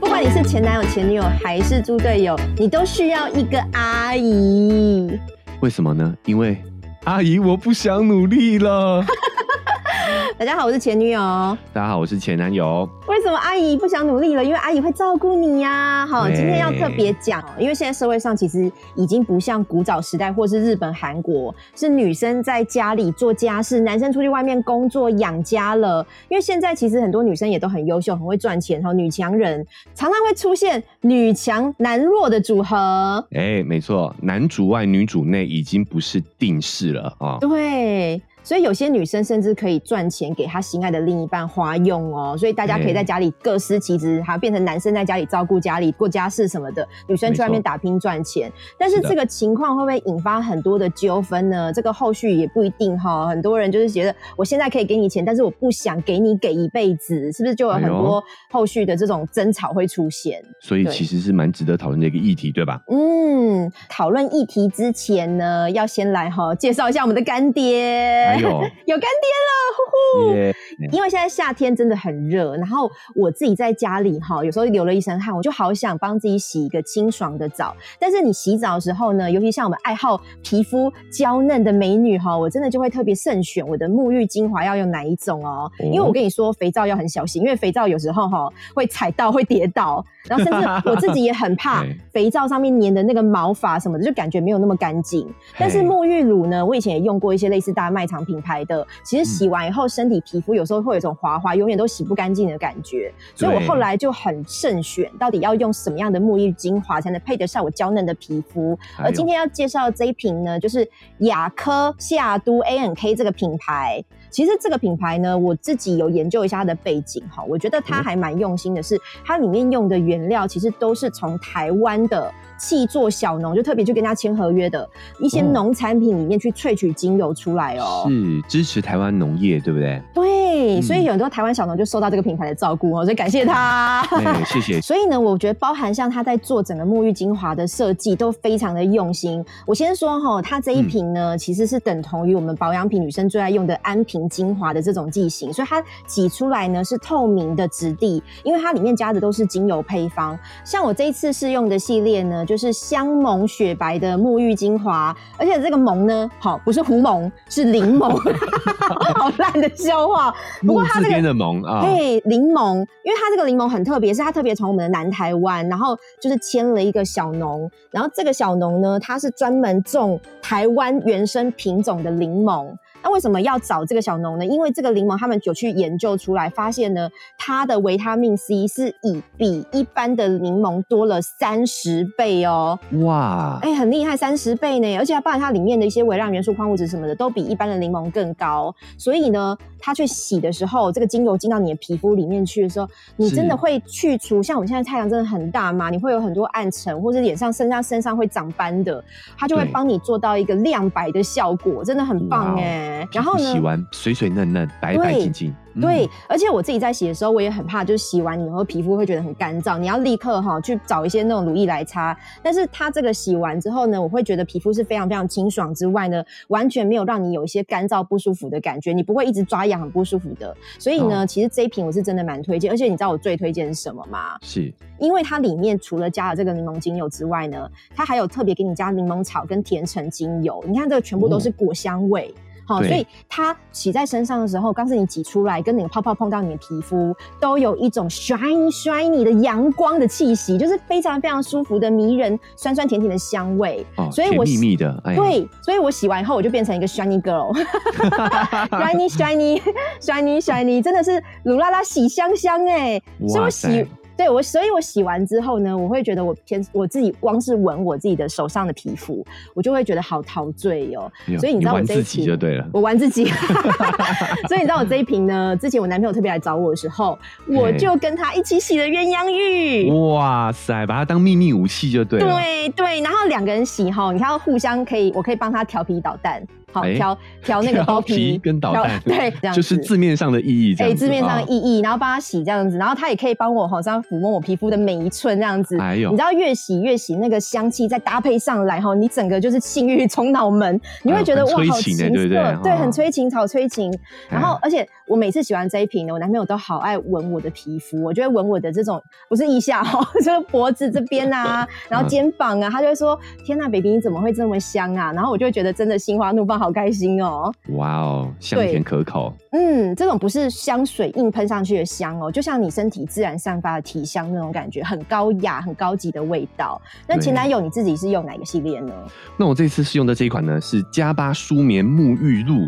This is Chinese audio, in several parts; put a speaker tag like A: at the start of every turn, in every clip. A: 管你是前男友、前女友还是猪队友，你都需要一个阿姨。
B: 为什么呢？因为阿姨，我不想努力了。
A: 大家好，我是前女友。
B: 大家好，我是前男友。
A: 为什么阿姨不想努力了？因为阿姨会照顾你呀、好，
B: 对
A: 今天要特别讲，因为现在社会上其实已经不像古早时代或是日本、韩国，是女生在家里做家事，男生出去外面工作养家了。因为现在其实很多女生也都很优秀，很会赚钱，然后女强人常常会出现女强男弱的组合。
B: 哎、没错，男主外女主内已经不是定式了啊、
A: 对，所以有些女生甚至可以赚钱给她心爱的另一半花用哦，所以大家可以
B: 嗯
A: 在家里各司其职，还变成男生在家里照顾家里过家事什么的，女生去外
B: 没
A: 面
B: 错
A: 打拼赚钱。但是
B: 是的
A: 这个情况会不会引发很多的纠纷呢？这个后续也不一定哈、很多人就是觉得我现在可以给你钱，但是我不想给你给一辈子，是不是就有很
B: 哎呦
A: 多后续的这种争吵会出现？
B: 所以
A: 对
B: 其实是蛮值得讨论的一个议题，对吧？
A: 嗯，讨论议题之前呢，要先来哈、介绍一下我们的干爹。
B: 还有，
A: 有干爹了，呼呼！
B: 耶
A: 因为现在夏天真的很热，然后我自己在家里哈，有时候流了一身汗，我就好想帮自己洗一个清爽的澡。但是你洗澡的时候呢，尤其像我们爱好皮肤娇嫩的美女哈，我真的就会特别慎选我的沐浴精华要用哪一种哦。
B: 哦
A: 因为我跟你说，肥皂要很小心，因为肥皂有时候哈会踩到，会跌倒，然后甚至我自己也很怕
B: 对
A: 肥皂上面粘的那个毛发什么的，就感觉没有那么干净。但是
B: 嘿
A: 沐浴乳呢，我以前也用过一些类似大卖场品牌的，其实
B: 嗯
A: 洗完以后身体皮肤有时候会有一种滑滑，永远都洗不干净的感觉，所以我
B: 对
A: 后来就很慎选，到底要用什么样的沐浴精华才能配得上我娇嫩的皮肤。
B: 还
A: 而
B: 有
A: 今天要介绍的这一瓶呢，就是雅科夏都 A N K 这个品牌。其实这个品牌呢，我自己有研究一下它的背景哈，我觉得它
B: 哦
A: 还蛮用心的是，它里面用的原料其实都是从台湾的气作小农，就特别去跟人家签合约的一些
B: 哦
A: 农产品里面去萃取精油出来哦。
B: 是支持台湾农业，对 不对？
A: 对，所以
B: 嗯
A: 有很多台湾小农就受到这个品牌的照顾哦，所以感谢他。
B: 哎，谢谢。
A: 所以呢，我觉得包含像他在做整个沐浴精华的设计都非常的用心。我先说哈、它这一瓶呢、其实是等同于我们保养品女生最爱用的安瓶精华的这种剂型，所以它挤出来呢是透明的质地，因为它里面加的都是精油配方。像我这一次试用的系列呢，就是香檬雪白的沐浴精华，而且这个檬呢，好不是胡檬，是柠檬，好烂的笑话。 不过它这
B: 木字
A: 个
B: 边的萌啊，
A: 对，柠檬，因为它这个柠檬很特别，是它特别从我们的南台湾，然后就是签了一个小农，然后这个小农呢，他是专门种台湾原生品种的柠檬。那为什么要找这个小农呢？因为这个柠檬他们有去研究出来，发现呢，它的维他命 C 是以比一般的柠檬多了三十倍哦。
B: 哇，
A: 哎、很厉害，三十倍呢！而且它包含它里面的一些微量元素、矿物质什么的，都比一般的柠檬更高。所以呢，它去洗的时候，这个精油进到你的皮肤里面去的时候，你
B: 是
A: 真的会去除。像我们现在太阳真的很大嘛，你会有很多暗沉，或者脸上、身上、身上会长斑的，它就会
B: 对
A: 帮你做到一个亮白的效果，真的很棒
B: 哇哦
A: 哎、
B: 皮
A: 然后
B: 肤
A: 呢
B: 洗，完水水嫩嫩，白白
A: 对
B: 净净，嗯
A: 对，，而且我自己在洗的时候，我也很怕，就是洗完以后皮肤会觉得很干燥，你要立刻哈去找一些那种乳液来擦。但是它这个洗完之后呢，我会觉得皮肤是非常非常清爽之外呢，完全没有让你有一些干燥不舒服的感觉，你不会一直抓痒很不舒服的。所以呢，其实这一瓶我是真的蛮推荐，而且你知道我最推荐是什么吗？
B: 是
A: 因为它里面除了加了这个柠檬精油之外呢，它还有特别给你加柠檬草跟甜橙精油。你看这个全部都是果香味。好、
B: 对
A: 所以它洗在身上的时候，刚是你挤出来，跟你的泡泡碰到你的皮肤，都有一种 shiny shiny 的阳光的气息，就是非常非常舒服的迷人、酸酸甜甜的香味。
B: 哦，
A: 所以我
B: 甜蜜蜜的，哎，
A: 对，所以我洗完以后我就变成一个 shiny girl，shiny shiny shiny shiny，真的是鲁拉拉洗香香哎、所以我
B: 哇塞
A: 洗，对我，所以我洗完之后呢，我会觉得我天，我自己光是闻我自己的手上的皮肤，我就会觉得好陶醉哟、
B: 哎呦
A: 所以你知道我
B: 玩
A: 这一
B: 自
A: 瓶
B: 己就对了，
A: 我玩自己， 所以你知道我这一瓶呢，之前我男朋友特别来找我的时候，我
B: 嘿
A: 就跟他一起洗了鸳鸯浴。
B: 哇塞，把它当秘密武器就对了，啊
A: 对对，然后两个人洗哈，你看要互相可以，我可以帮他调皮捣蛋，好
B: 哎
A: 调调那个包
B: 皮
A: 皮
B: 跟导
A: 调
B: 弹，
A: 对，这样
B: 就是
A: 子
B: 字面上的意义，这
A: 哎、
B: 样子
A: 字面上
B: 哦
A: 的意义，然后帮它洗这样子，然后它也可以帮我好像抚摸我皮肤的每一寸这样子。
B: 哎
A: 你
B: 呦
A: 知，道越洗越洗，那个香气再搭配上来哈，你整个就是性欲冲脑门，你会觉得、
B: 啊很
A: 哇，
B: 催
A: 好
B: 情
A: 情
B: 欸
A: 色，
B: 对不对哎哦
A: 很催情，好催情。然后，而且我每次洗完这一瓶呢，我男朋友都好爱闻我的皮肤，我就会闻我的这种，不是腋下哈， 就是脖子这边
B: 嗯
A: 啊，然后肩膀啊，他就会说：“天呐、b a b y 你怎么会这么香啊？”然后我就会觉得真的心花怒放，好开心哦。
B: 哇哦，香甜可口，
A: 嗯，这种不是香水硬喷上去的香哦，就像你身体自然散发的体香那种感觉，很高雅、很高级的味道。那
B: 对
A: 前男友你自己是用哪个系列呢？
B: 那我这次试用的这一款呢是加巴舒眠沐浴露，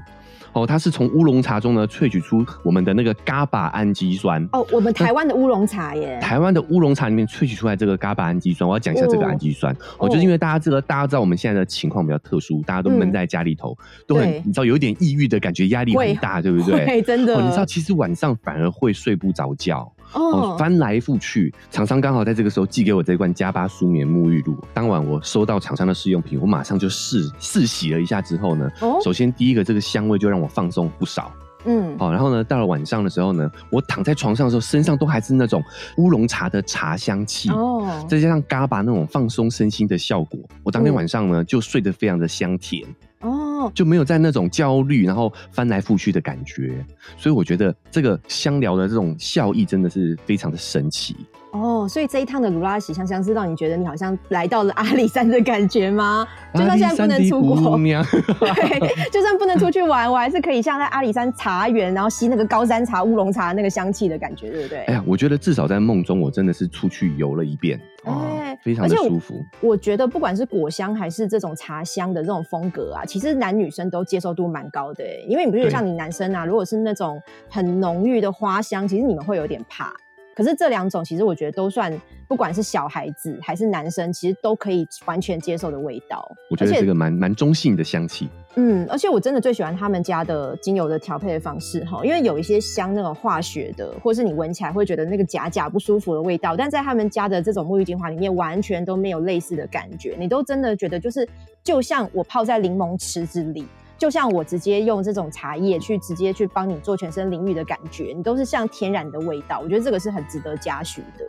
B: 哦，它是从乌龙茶中呢萃取出我们的那个 GABA 氨基酸。
A: 哦，我们台湾的乌龙茶耶，
B: 台湾的乌龙茶里面萃取出来这个 GABA 氨基酸，我要讲一下这个氨基酸哦，就是因为大家这个大家知道我们现在的情况比较特殊，大家都闷在家里头，都很
A: 对
B: 你知道有一点抑郁的感觉，压力很大，对不 对？
A: 会真的
B: 哦，你知道其实晚上反而会睡不着觉，哦，
A: 哦，
B: 翻来覆去，厂商刚好在这个时候寄给我这罐加巴舒眠沐浴露。当晚我收到厂商的试用品，我马上就试试洗了一下之后呢，
A: 哦
B: 首先第一个这个香味就让我放松不少。哦
A: 嗯，
B: 好、然后呢，到了晚上的时候呢，我躺在床上的时候，身上都还是那种乌龙茶的茶香气。
A: 哦，
B: 再加上嘎巴那种放松身心的效果，我当天
A: 嗯
B: 晚上呢就睡得非常的香甜，
A: 哦，
B: 就没有在那种焦虑然后翻来覆去的感觉，所以我觉得这个香疗的这种效益真的是非常的神奇。
A: 哦，所以这一趟的卢拉洗香香是让你觉得你好像来到了阿里山的感觉吗？ 就
B: 啊
A: 算现在不能出国。对，就算不能出去玩，我还是可以像在阿里山茶园，然后吸那个高山茶、乌龙茶那个香气的感觉，对不对？
B: 哎呀，我觉得至少在梦中，我真的是出去游了一遍，哦，
A: 哎
B: 非常的
A: 而且我
B: 舒服。
A: 我觉得不管是果香还是这种茶香的这种风格啊，其实男女生都接受度蛮高的、欸。因为你不觉得
B: 对
A: 像你男生啊，如果是那种很浓郁的花香，其实你们会有点怕。可是这两种其实我觉得都算，不管是小孩子还是男生，其实都可以完全接受的味道。
B: 我觉得
A: 而且
B: 这个蛮蛮中性的香气，
A: 嗯，而且我真的最喜欢他们家的精油的调配的方式哈，因为有一些香那种化学的，或是你闻起来会觉得那个假假不舒服的味道，但在他们家的这种沐浴精华里面完全都没有类似的感觉，你都真的觉得就是就像我泡在柠檬池子里。就像我直接用这种茶叶去直接去帮你做全身淋浴的感觉，你都是像天然的味道，我觉得这个是很值得嘉许的。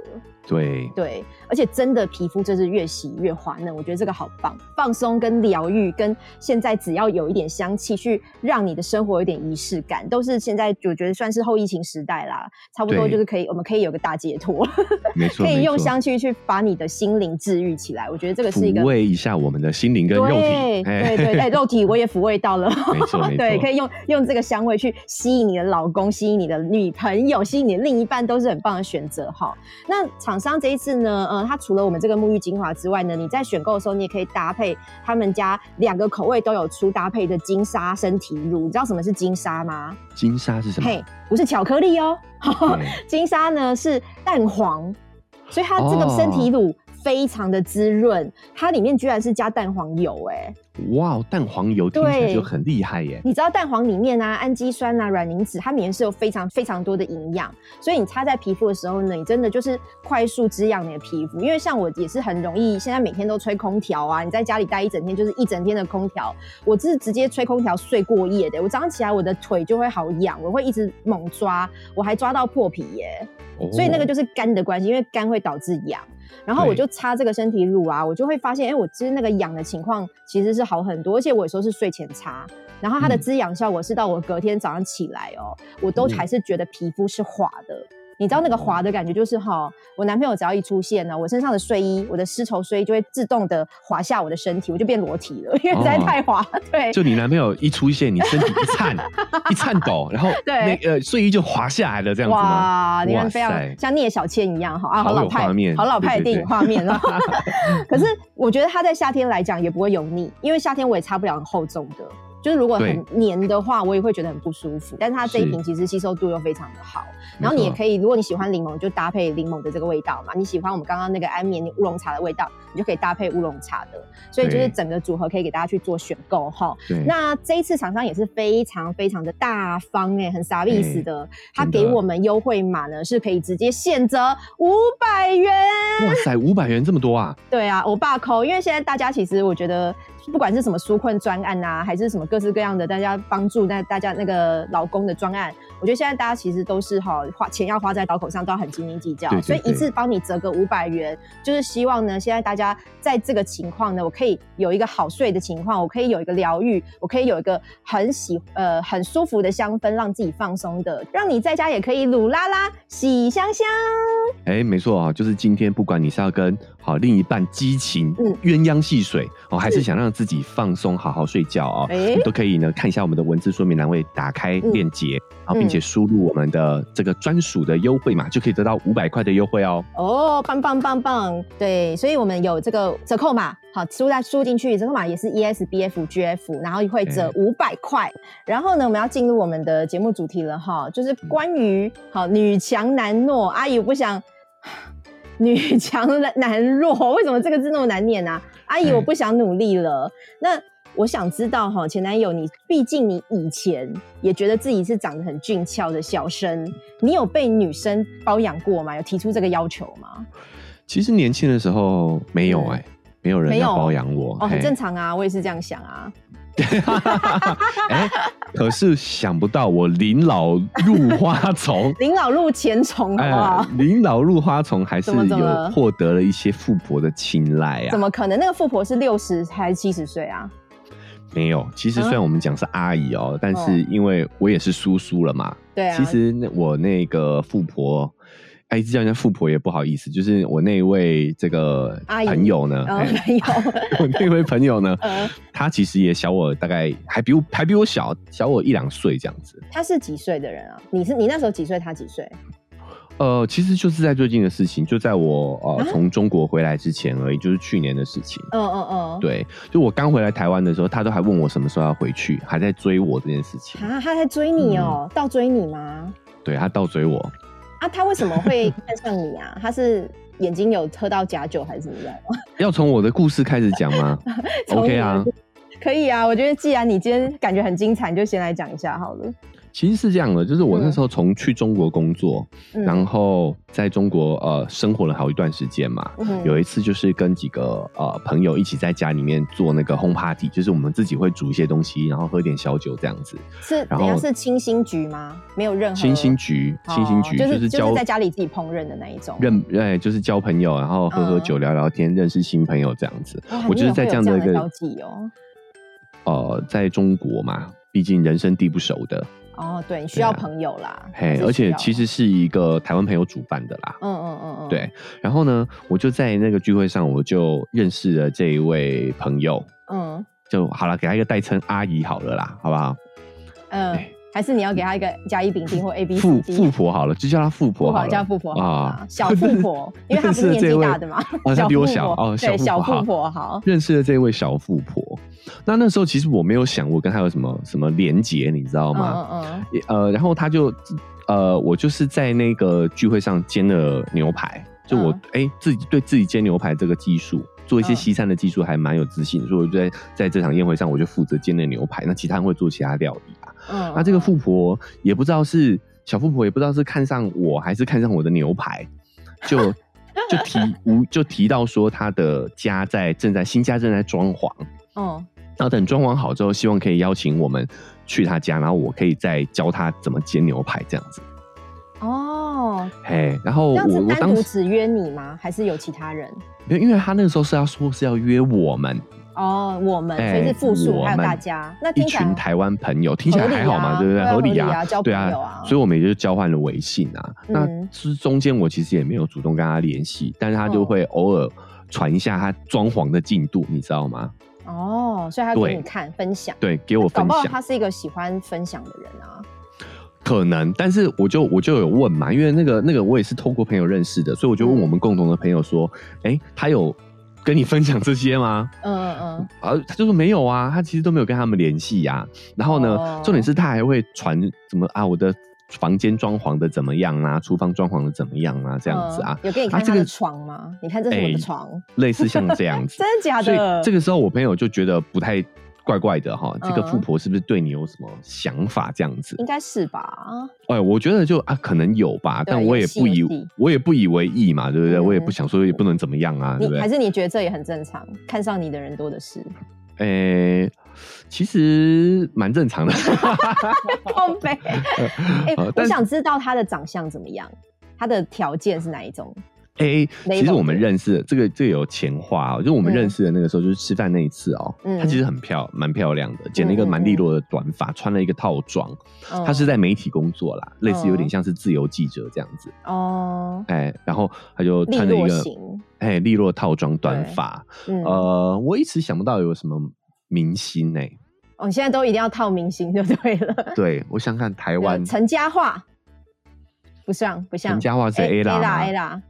B: 对，
A: 对，而且真的皮肤真是越洗越滑嫩，我觉得这个好棒，放松跟疗愈，跟现在只要有一点香气，去让你的生活有点仪式感，都是现在我觉得算是后疫情时代啦，差不多
B: 对
A: 就是可以，我们可以有个大解脱，
B: 没错，
A: 可以
B: 没
A: 用
B: 错
A: 香气去把你的心灵治愈起来，我觉得这个是一
B: 抚
A: 个。
B: 慰一下我们的心灵跟肉体，
A: 对对 对，哎，肉体我也抚慰到了，
B: 没 错没错
A: 啊对，可以用用这个香味去吸引你的老公、吸引你的女朋友、吸引你的另一半，都是很棒的选择哈。那厂商这一次呢，呃，它除了我们这个沐浴精华之外呢，你在选购的时候，你也可以搭配他们家两个口味都有出搭配的金沙身体乳。你知道什么是金沙吗？
B: 金沙是什么？
A: 嘿，不是巧克力哦，
B: 对
A: 金沙呢是蛋黄，所以它这
B: 哦
A: 个身体乳非常的滋润，它里面居然是加蛋黄油、哎。
B: 哇，蛋黄油听起来
A: 对
B: 就很厉害耶！
A: 你知道蛋黄里面啊，氨基酸啊、软磷脂，它里面是有非常非常多的营养，所以你擦在皮肤的时候呢，你真的就是快速滋养你的皮肤。因为像我也是很容易，现在每天都吹空调啊，你在家里待一整天就是一整天的空调，我是直接吹空调睡过夜的。我早上起来我的腿就会好痒，我会一直猛抓，我还抓到破皮耶、
B: 哦
A: 所以那个就是肝的关系，因为肝会导致痒。然后我
B: 对
A: 就擦这个身体乳啊，我就会发现，哎、我其实那个痒的情况其实是好很多，而且我有时候是睡前擦，然后它的
B: 嗯
A: 滋养效果是到我隔天早上起来哦，我都
B: 哦
A: 还是觉得皮肤是滑的。你知道那个滑的感觉就是哈，我男朋友只要一出现呢，我身上的睡衣，我的丝绸睡衣就会自动的滑下我的身体，我就变裸体了，因为实在
B: 哦
A: 太滑。对，
B: 就你男朋友一出现，你身体一颤一颤抖，然后那
A: 对
B: 呃睡衣就滑下来了，这样子吗？
A: 哇，你
B: 哇
A: 看非常
B: 塞
A: 像聂小倩一样哈啊，
B: 好
A: 好老
B: 有画
A: 派
B: 面，
A: 好老
B: 对
A: 派的
B: 对
A: 电影
B: 对
A: 画面 哦。 可是我觉得它在夏天来讲也不会油腻，因为夏天我也擦不了很厚重的，就是如果
B: 对
A: 很黏的话，我也会觉得很不舒服。但是它这一
B: 是
A: 瓶其实吸收度又非常的好，
B: 没
A: 然后你也
B: 错
A: 可以，如果你喜欢柠檬，就搭配柠檬的这个味道嘛；你喜欢我们刚刚那个安眠乌龙茶的味道，你就可以搭配乌龙茶的。所以就是
B: 对
A: 整个组合可以给大家去做选购哈。
B: 对
A: 那这一次厂商也是非常非常的大方哎、很啥意思的，他
B: 真的
A: 给我们优惠码呢是可以直接现折五百元。
B: 哇塞，五百元这么多啊！
A: 对啊，我爸扣，因为现在大家其实我觉得不管是什么纾困专案啊，还是什么各式各样的大家帮助那大家那个劳工的专案，我觉得现在大家其实都是哈花钱要花在刀口上，都要很斤斤计较，
B: 对对
A: 所以一次帮你折个五百元，就是希望呢，现在大家在这个情况呢，我可以有一个好睡的情况，我可以有一个疗愈，我可以有一个很喜呃很舒服的香氛，让自己放松的，让你在家也可以鲁拉拉喜香香。
B: 哎，没错啊，就是今天不管你是要跟好另一半激情、
A: 嗯
B: 鸳鸯戏水哦，还是
A: 是
B: 想让自己放松、好好睡觉哦，
A: 哎
B: 你都可以呢看一下我们的文字说明栏位，打开
A: 嗯
B: 链接，然后并且输入我们的这个专属的优惠码，就可以得到五百块的优惠哦。
A: 哦，棒棒棒棒，对，所以我们有这个折扣码，好输在输进去，折扣码也是 E ESBFGF，然后会折
B: 哎
A: 五百块。然后呢，我们要进入我们的节目主题了哈，就是关于好女强男弱，阿姨我不想女强男弱，为什么这个字那么难念啊？阿姨
B: 哎
A: 我不想努力了，那。我想知道哈，前男友你，毕竟你以前也觉得自己是长得很俊俏的小生，你有被女生包养过吗？有提出这个要求吗？
B: 其实年轻的时候没有
A: 嗯
B: 哎、没有人
A: 没有
B: 要包养我，
A: 哦，很
B: 嘿
A: 正常啊，我也是这样想啊。
B: 哎、 可是想不到我临老入花
A: 。
B: 丛
A: 林老入前虫，好不好？
B: 哎，临老入花丛还是
A: 怎么怎么
B: 有获得了一些富婆的青睐
A: 怎
B: 啊？
A: 么可能？那个富婆是六十还是七十岁啊？
B: 没有，其
A: 嗯
B: 实虽然我们讲是阿姨哦、但是因为我也是叔叔了嘛，
A: 对啊，
B: 其实那我那个富婆，哎，一直叫人家富婆也不好意思，就是我那位这个
A: 阿姨
B: 朋友呢，
A: 哦
B: 哎
A: 没有
B: 我那位朋友呢，
A: 嗯
B: 他其实也小我大概还比我还比我小小我一两岁这样子。
A: 她是几岁的人啊？你是你那时候几岁？她几岁？
B: 呃，其实就是在最近的事情，就在我呃
A: 啊
B: 从中国回来之前而已，就是去年的事情。
A: 嗯嗯嗯，。
B: 对，就我刚回来台湾的时候，他都还问我什么时候要回去，还在追我这件事情。
A: 啊，她在追你哦，
B: 嗯
A: 倒追你吗？
B: 对他倒追我，
A: 啊，她为什么会看上你啊？ 她是眼睛有喝到假酒还是怎么样？
B: 要从我的故事开始讲吗？OK 啊，
A: 可以啊，我觉得既然你今天感觉很精彩，你就先来讲一下好了。
B: 其实是这样的，就是我那
A: 嗯
B: 时候从去中国工作，
A: 嗯
B: 然后在中国呃生活了好一段时间嘛。
A: 嗯
B: 有一次就是跟几个呃朋友一起在家里面做那个 home party，就是我们自己会煮一些东西，然后喝点小酒这样子。
A: 是
B: 然
A: 等一下
B: 后
A: 是清新局吗？没有任何
B: 清新局，
A: 哦
B: 清新局
A: 就是
B: 交
A: 在家里自己烹饪的那一种。
B: 认哎，就是交朋友，然后
A: 嗯
B: 喝喝酒、聊聊天，认识新朋友这样子。
A: 哇
B: 我就是在
A: 你也会有
B: 样的一
A: 这
B: 个
A: 样的交际哦。
B: 呃，在中国嘛，毕竟人生地不熟的，
A: 哦，对，你需
B: 对啊
A: 要朋友啦。还
B: 嘿
A: 是，
B: 而
A: 需
B: 且
A: 要
B: 其实，是一个台湾朋友主办的啦。
A: 嗯嗯嗯嗯，
B: 对，然后呢，我就在那个聚会上，我就认识了这一位朋友，
A: 嗯
B: 就好了，给他一个代称阿姨好了啦，好不好？
A: 嗯
B: 哎，
A: 还是你要给他一个甲乙丙丁或 A B
B: 富
A: C
B: 富
A: D。
B: 婆好了，就叫她富婆好
A: 好
B: 了，
A: 叫富婆好啊
B: 啊，，
A: 小富婆，因为她不是
B: 认
A: 年
B: 识这
A: 纪
B: 位
A: 大的嘛，
B: 哦，她比我小
A: 富婆
B: 哦，
A: 对，小
B: 富
A: 富
B: 婆
A: 婆好，
B: 认识了这位小富婆。那那时候其实我没有想过跟她有什么什么连结，你知道
A: 嗯
B: 吗？
A: 嗯嗯，
B: 也呃，然后她就呃，我就是在那个聚会上煎了牛排，就我
A: 嗯
B: 哎、自己对自己煎牛排这个技术。做一些
A: 嗯
B: 西餐的技术还蛮有自信，所以我就在在这场宴会上，我就负责煎了牛排，那其他人会做其他料理啊。
A: 嗯
B: 那这个富婆也不知道是小富婆，也不知道是看上我还是看上我的牛排，就 就提无就提到说她的家在正在新家正在装潢，
A: 嗯
B: 那等装潢好之后，希望可以邀请我们去她家，然后我可以再教她怎么煎牛排这样子。
A: 哦，
B: 嘿，然后
A: 这样
B: 我
A: 是
B: 我
A: 单
B: 当
A: 独
B: 时
A: 只约你吗？还是有其他人？
B: 没有，因为她那个时候是要说是要约我们
A: 哦，我们
B: 哎
A: 所以是复数，
B: 我
A: 还有
B: 们
A: 大家，那
B: 一
A: 听起来
B: 群台湾朋友，听起来还好嘛，对不
A: 合理
B: 对？
A: 啊
B: 合理
A: 对啊
B: 啊，
A: 交
B: 对
A: 朋友啊
B: 所以我们也就交换了微信啊。那
A: 嗯
B: 是中间我其实也没有主动跟他联系，但是他就
A: 哦
B: 会偶尔传一下他装潢的进度，你知道吗？
A: 哦，所以他给
B: 对
A: 你看分享，
B: 对，给我
A: 搞
B: 分
A: 不好
B: 享
A: 他是一个喜欢分享的人啊。
B: 可能，但是我就我就有问嘛，因为那个那个我也是透过朋友认识的，所以我就问
A: 嗯
B: 我们共同的朋友说，哎、他有跟你分享这些吗？
A: 嗯嗯
B: 啊，他就说没有啊，他其实都没有跟他们联系呀、然后呢，
A: 哦
B: 重点是他还会传怎么啊，我的房间装潢的怎么样啊，厨房装潢的怎么样啊，这
A: 这
B: 样子啊，
A: 嗯有给你
B: 啊
A: 看
B: 这
A: 他
B: 个
A: 的床吗？你看这是我
B: 哎
A: 的床，
B: 类似像这样子。
A: 嗯 真的假
B: 所以
A: 的？
B: 这
A: 个
B: 个时候我朋友就觉得不太怪怪的哈，这个
A: 嗯
B: 富婆是不是对你有什么想法这样子
A: 应？该是吧？
B: 哎，我觉得就啊，可能有吧，
A: 对
B: 但我也
A: 有戏
B: 不以
A: 有戏
B: 我也不以为意嘛，对不对？
A: 嗯
B: 我也不想说也不能怎么样啊，对不
A: 你还
B: 对？
A: 是你觉得这也很正常？看上你的人多的是，
B: 诶、哎其实蛮正常的。
A: 空杯。哎、
B: 呃
A: 我
B: 但
A: 想知道他的长相怎么样，他的条件是哪一种？
B: 诶、
A: 哪一
B: 哎其实
A: 种
B: 我们认识的这个这个有前话、哦，就是我们
A: 嗯
B: 认识的那个时候，就是吃饭那一次哦。
A: 嗯
B: 她其实很漂，蛮漂亮的，剪了一个
A: 嗯嗯哦
B: 蛮利落的短发，穿了一个套装。她是
A: 在
B: 在媒体工作啦，类似有点像是自由记者这样子。
A: 哦，
B: 哎、然后她就
A: 利
B: 穿了一
A: 落
B: 个
A: 型，
B: 哎、利落套装短
A: 对
B: 发。
A: 嗯，
B: 呃，我一直想不到有什么明星呢、
A: 哦，你现在都一定要套明星就对了。
B: 对我想看台
A: 有
B: 湾
A: 陈嘉桦，不像不像
B: 陈嘉桦是
A: A
B: A 啦
A: 哎 A
B: 吗
A: 啦，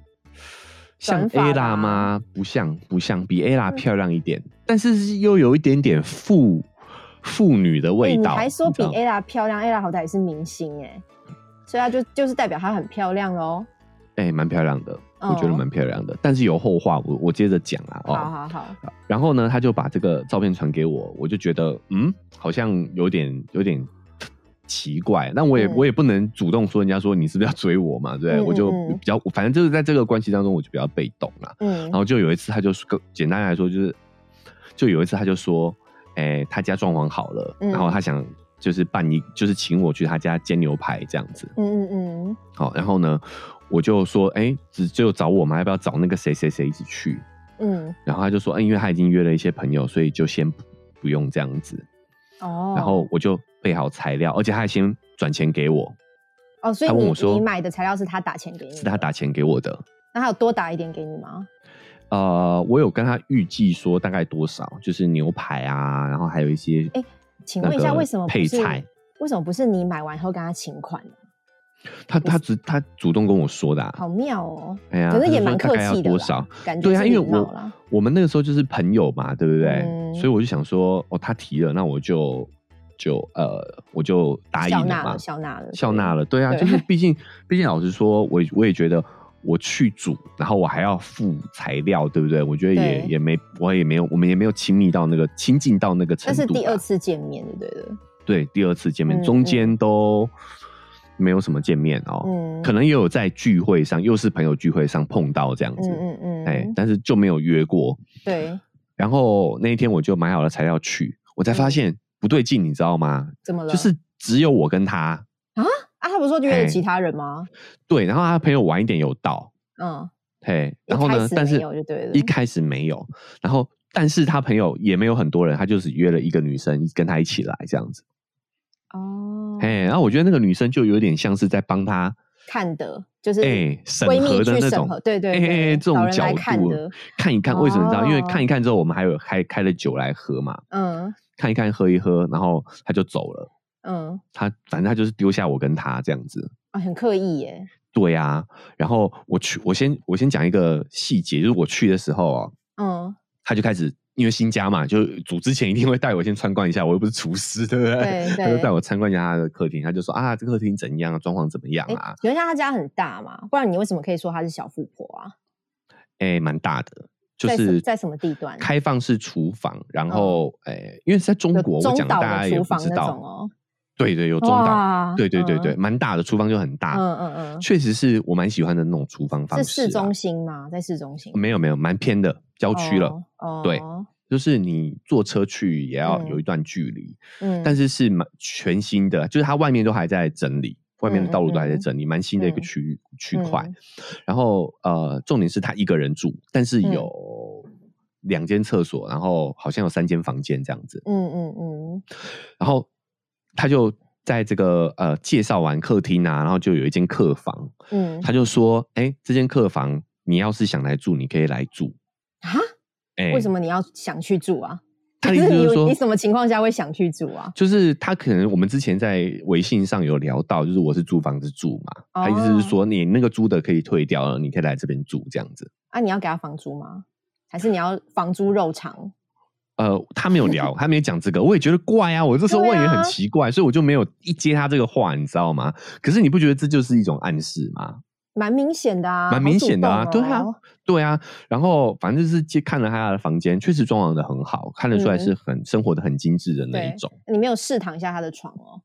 B: 像
A: 短发
B: A 啦
A: 啦
B: 吗？不像，不像，比 A 啦
A: 嗯
B: 漂亮一点，但是是又有一点点妇妇女的味
A: 哎
B: 道。
A: 你还说
B: 知
A: 比
B: 道
A: A 啦漂亮？A 啦好歹也是明星哎、所以她就就是代表她很漂亮喽。
B: 哎，蛮、漂亮的，我觉得
A: 哦
B: 蛮漂亮的。但是有后话，我我接着讲啊。哦，
A: 好好好，
B: 然后呢，他就把这个照片传给我，我就觉得嗯，好像有点有点奇怪。那我也、
A: 嗯
B: 我也不能主动说人家说你是不是要追我嘛，对不对？
A: 嗯嗯
B: 我就
A: 嗯
B: 比较，反正就是在这个关系当中，我就比较被动啦。
A: 嗯
B: 然，后就有一次，他就说跟简单来说就是，就有一次他就说，哎、他家装潢好了，
A: 嗯
B: 然后他想就是办一，就是请我去他家煎牛排这样子。
A: 嗯嗯
B: 好，然后呢，我就说，哎、只只有找我吗？要不要找那个谁谁谁一起去？
A: 嗯
B: 然后他就说，嗯、因为他已经约了一些朋友，所以就先不不用这样子。
A: 嗯，哦，
B: 然后我就备好材料，而且他还先转钱给我，
A: 哦，所以
B: 他问
A: 你
B: 我说
A: 你买的材料是他打钱给你的，
B: 是他打钱给我的。
A: 那他有多打一点给你吗？
B: 呃，我有跟他预计说大概多少，就是牛排啊，然后还有一些
A: 哎请问一下
B: 那个
A: 为什么不
B: 配
A: 是
B: 菜？
A: 为什么不是你买完后跟他请款呢？
B: 他他只他主动跟我说的、啊，
A: 好妙哦，
B: 哎呀，
A: 可是也
B: 他
A: 蛮
B: 就说大
A: 客
B: 概要
A: 气的
B: 多
A: 啦
B: 少？
A: 感觉
B: 对
A: 是
B: 啊，因为
A: 礼貌
B: 我
A: 啦
B: 我们那个时候就是朋友嘛，对不对？
A: 嗯
B: 所以我就想说，哦，他提了，那我就就呃，我就答应
A: 笑
B: 了
A: 纳
B: 嘛
A: 了，，笑纳了，
B: 笑纳
A: 了，
B: 了。对啊，
A: 对
B: 就是毕竟毕竟老实说，我也我也觉得我去煮，然后我还要付材料，对不对？我觉得也
A: 对
B: 也没我也没有我们也没有亲密到那个亲近到那个程
A: 那
B: 度吧。
A: 是第二次见面，对对对，
B: 对第二次见面，
A: 嗯
B: 中间都没有什么见面哦。
A: 嗯，
B: 可能也有在聚会上，又是朋友聚会上碰到这样子，
A: 嗯嗯嗯，
B: 哎、但是就没有约过。
A: 对，
B: 然后那一天我就买好了材料去，我才发
A: 嗯啊
B: 现不对劲，你知道吗？
A: 怎么了？
B: 就是只有我跟他
A: 啊，他不是说约
B: 哎
A: 了其他人吗？
B: 对，然后他朋友晚一点有到，
A: 嗯，
B: 嘿，
A: 一
B: 然后
A: 开
B: 呢
A: 始，
B: 但
A: 没
B: 是
A: 有就对了
B: 一开始没有，然后但是他朋友也没有很多人，他就是约了一个女生跟他一起来这样子，
A: 哦，
B: 嘿，然后我觉得那个女生就有点像是在帮他，
A: 看的，就是
B: 哎，审
A: 闺蜜
B: 核的
A: 去
B: 那
A: 审
B: 种
A: 核，。对对
B: 哎哎
A: 对，
B: 哎，这
A: 老
B: 种
A: 人
B: 角
A: 来看
B: 度
A: 的，
B: 看一看，为什么你知道？因为
A: 哦
B: 看一看之后，我们还有开开了酒来喝嘛，
A: 嗯
B: 看一看，喝一喝，然后他就走了。
A: 嗯，
B: 他反正他就是丢下我跟他这样子。
A: 啊，很刻意耶，
B: 对啊，然后我去，我先我先讲一个细节，就是我去的时候哦，
A: 嗯，
B: 他就开始因为新家嘛，就煮之前一定会带我先参观一下，我又不是厨师，对不对？
A: 对
B: 他就带
A: 对。
B: 我参观一下他的客厅，他就说啊，这个客厅怎样啊，装潢怎么样
A: 哎
B: 啊？，
A: 请问一下，他家很大吗？不然你为什么可以说他是小富婆啊？
B: 哎，蛮大的，就
A: 在什
B: 是
A: 在什么地段哦
B: 开放式厨房，然后哎，因为是在中国，
A: 有中
B: 我讲
A: 岛
B: 大家
A: 的
B: 也
A: 厨
B: 不
A: 房
B: 知
A: 那种
B: 道。
A: 哦，
B: 对对，有中岛，
A: 哇
B: 对对对
A: 嗯
B: 对，蛮大的，厨房就很大。
A: 嗯嗯
B: 确实是我蛮喜欢的那种厨房
A: 嗯，
B: 方
A: 是
B: 式、啊。
A: 市中心吗？在市中心
B: 没有没有，蛮偏的郊区了，，
A: 哦
B: 对，
A: 哦
B: 就是你坐车去也要
A: 嗯
B: 有一段距离，
A: 嗯，
B: 但是是蛮全新的，就是它外面都还在整理，外面的道路都还在整理，蛮新的一个
A: 嗯
B: 区域区块
A: 嗯。
B: 然后呃，重点是他一个人住，但是有
A: 嗯
B: 两间厕所，然后好像有三间房间这样子，
A: 嗯嗯嗯，
B: 然后他就。在这个呃介绍完客厅啊，然后就有一间客房，
A: 嗯
B: 他就说：“哎、这间客房你要是想来住，你可以来住。
A: 啊，
B: 哎，
A: 为什么你要想去住啊？
B: 他的
A: 就
B: 意
A: 是
B: 思
A: 你
B: 就 是
A: 有
B: 说
A: 你，什么情况下会想去住啊？
B: 就是他可能我们之前在微信上有聊到，就是我是租房子住嘛，他意思
A: 哦
B: 是说你那个租的可以退掉了，你可以来这边住这样子。
A: 啊，你要给他房租吗？还是你要房租肉偿？
B: 呃，他没有聊， 他没有讲这个，我也觉得怪啊，我这时候
A: 对
B: 问也很
A: 啊
B: 奇怪，所以我就没有一接他这个话，你知道吗？可是你不觉得这就是一种暗示吗？
A: 蛮明显的啊，
B: 蛮明显的
A: 好
B: 啊，
A: 主
B: 对
A: 动
B: 啊
A: 哦，
B: 对啊。然后反正就是接看了他的房间，确实装潢的很好，看得出来
A: 嗯
B: 是很、生活的很精致的那一
A: 对
B: 种。
A: 你没有试躺一下他的床哦，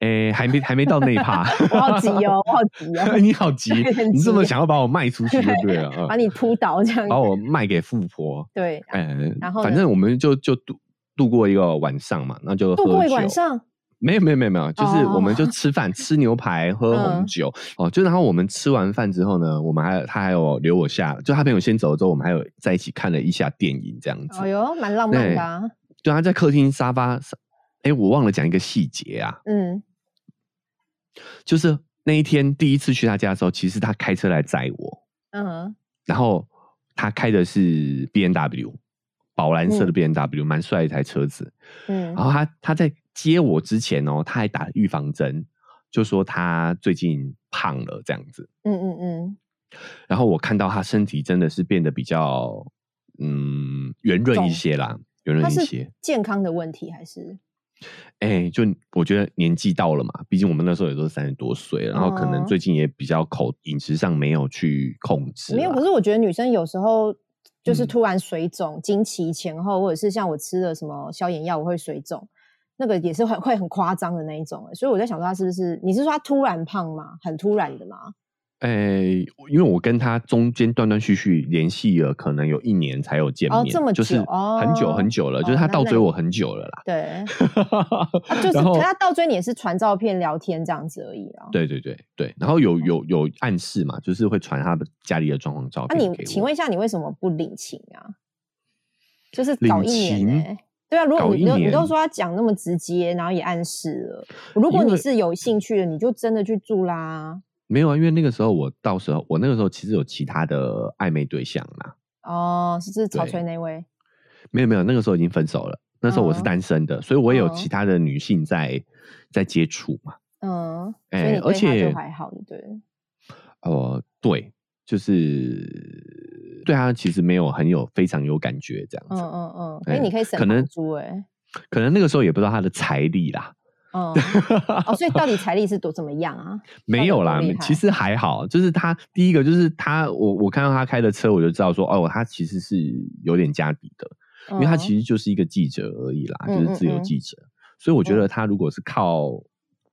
B: 诶，还没还没到那一趴，
A: 我好急哦，我好急哦，
B: 你好急，
A: 对 很
B: 你这么
A: 急
B: 想要把我卖出去就 对了，
A: 把
B: 啊，
A: 你扑倒这样
B: 把
A: 子。
B: 我卖给富婆，
A: 对，
B: 嗯，
A: 然后呢
B: 反正我们就就度过一个晚上嘛，那就
A: 度
B: 喝
A: 过一
B: 酒
A: 个晚上，
B: 没有没有没有没有，就是
A: 哦
B: 我们就吃饭、吃牛排、喝红
A: 嗯
B: 酒、哦。就然后我们吃完饭之后呢，我们还有他还有留我下，就他朋友先走了之后，我们还有在一起看了一下电影这样子。
A: 哎呦，蛮浪漫的、啊。
B: 对，他在客厅沙发上，哎，我忘了讲一个细节啊，
A: 嗯，
B: 就是那一天第一次去他家的时候，其实他开车来载我，
A: 嗯，
B: 然后他开的是 B N W 宝蓝色的 B N W，、蛮帅的一台车子。
A: 嗯，
B: 然后他他在接我之前哦，他还打了预防针，就说他最近胖了这样子。
A: 嗯嗯嗯，
B: 然后我看到他身体真的是变得比较嗯圆润一
A: 懂
B: 些啦，圆润
A: 它
B: 一
A: 是
B: 些。
A: 健康的问题还是？
B: 哎、就我觉得年纪到了嘛，毕竟我们那时候也都是三十多岁了，然后可能
A: 哦
B: 最近也比较口饮食上没有去控制啦，
A: 没有，可是我觉得女生有时候就是
B: 嗯
A: 突然水肿，经期前后，或者是像我吃了什么消炎药，我会水肿，那个也是很会很夸张的那一种欸。所以我在想说，她是不是你是说她突然胖吗？很突然的吗？
B: 诶、因为我跟他中间断断续续联系了，可能有一年才有见面，
A: 哦这么
B: 就是
A: 久哦
B: 很久很久了，就是
A: 哦
B: 他
A: 那
B: 倒
A: 那
B: 追
A: 也
B: 我很久了啦。
A: 对，啊 就是
B: 然后
A: 可她倒追你也是传照片聊天这样子而已啊。
B: 对对对对，然后有有有暗示嘛，就是会传他的家里的状况照
A: 那、
B: 片给我。
A: 啊你请问一下，你为什么不领情啊？就是
B: 领
A: 搞一年
B: 情
A: 哎、对啊，如
B: 搞
A: 果你
B: 一
A: 都你
B: 年
A: 都说他讲那么直接，然后也暗示了，如果
B: 因
A: 你
B: 为
A: 是有兴趣的，你就真的去住啦。
B: 没有啊？因为那个时候我到时候我那个时候其实有其他的暧昧对象啦，
A: 哦，是是草
B: 对
A: 锤那位，
B: 没有没有，那个时候已经分手了。那时候我是
A: 嗯
B: 单身的，所以我也有
A: 嗯
B: 其他的女性在在接触嘛。
A: 嗯，所
B: 哎
A: 以你
B: 而
A: 对他
B: 且
A: 就还好，对了，
B: 哦，对，就是对他其实没有很有非常有感觉这样
A: 嗯
B: 子。
A: 嗯嗯，
B: 哎
A: 哎，你可以省
B: 可能
A: 房租 哎，
B: 可能那个时候也不知道他的财力啦，
A: 嗯，哦，所以到底财力是多怎么样啊？
B: 没有啦
A: 到底多厉，害
B: 其实还好。就是他第一个就是他，我我看到他开的车，我就知道说，哦，他其实是有点家底的，因为他其
A: 实
B: 实就是一个记者而已啦，
A: 嗯
B: 就是自由
A: 嗯嗯嗯
B: 记者。所以我觉得他如果是靠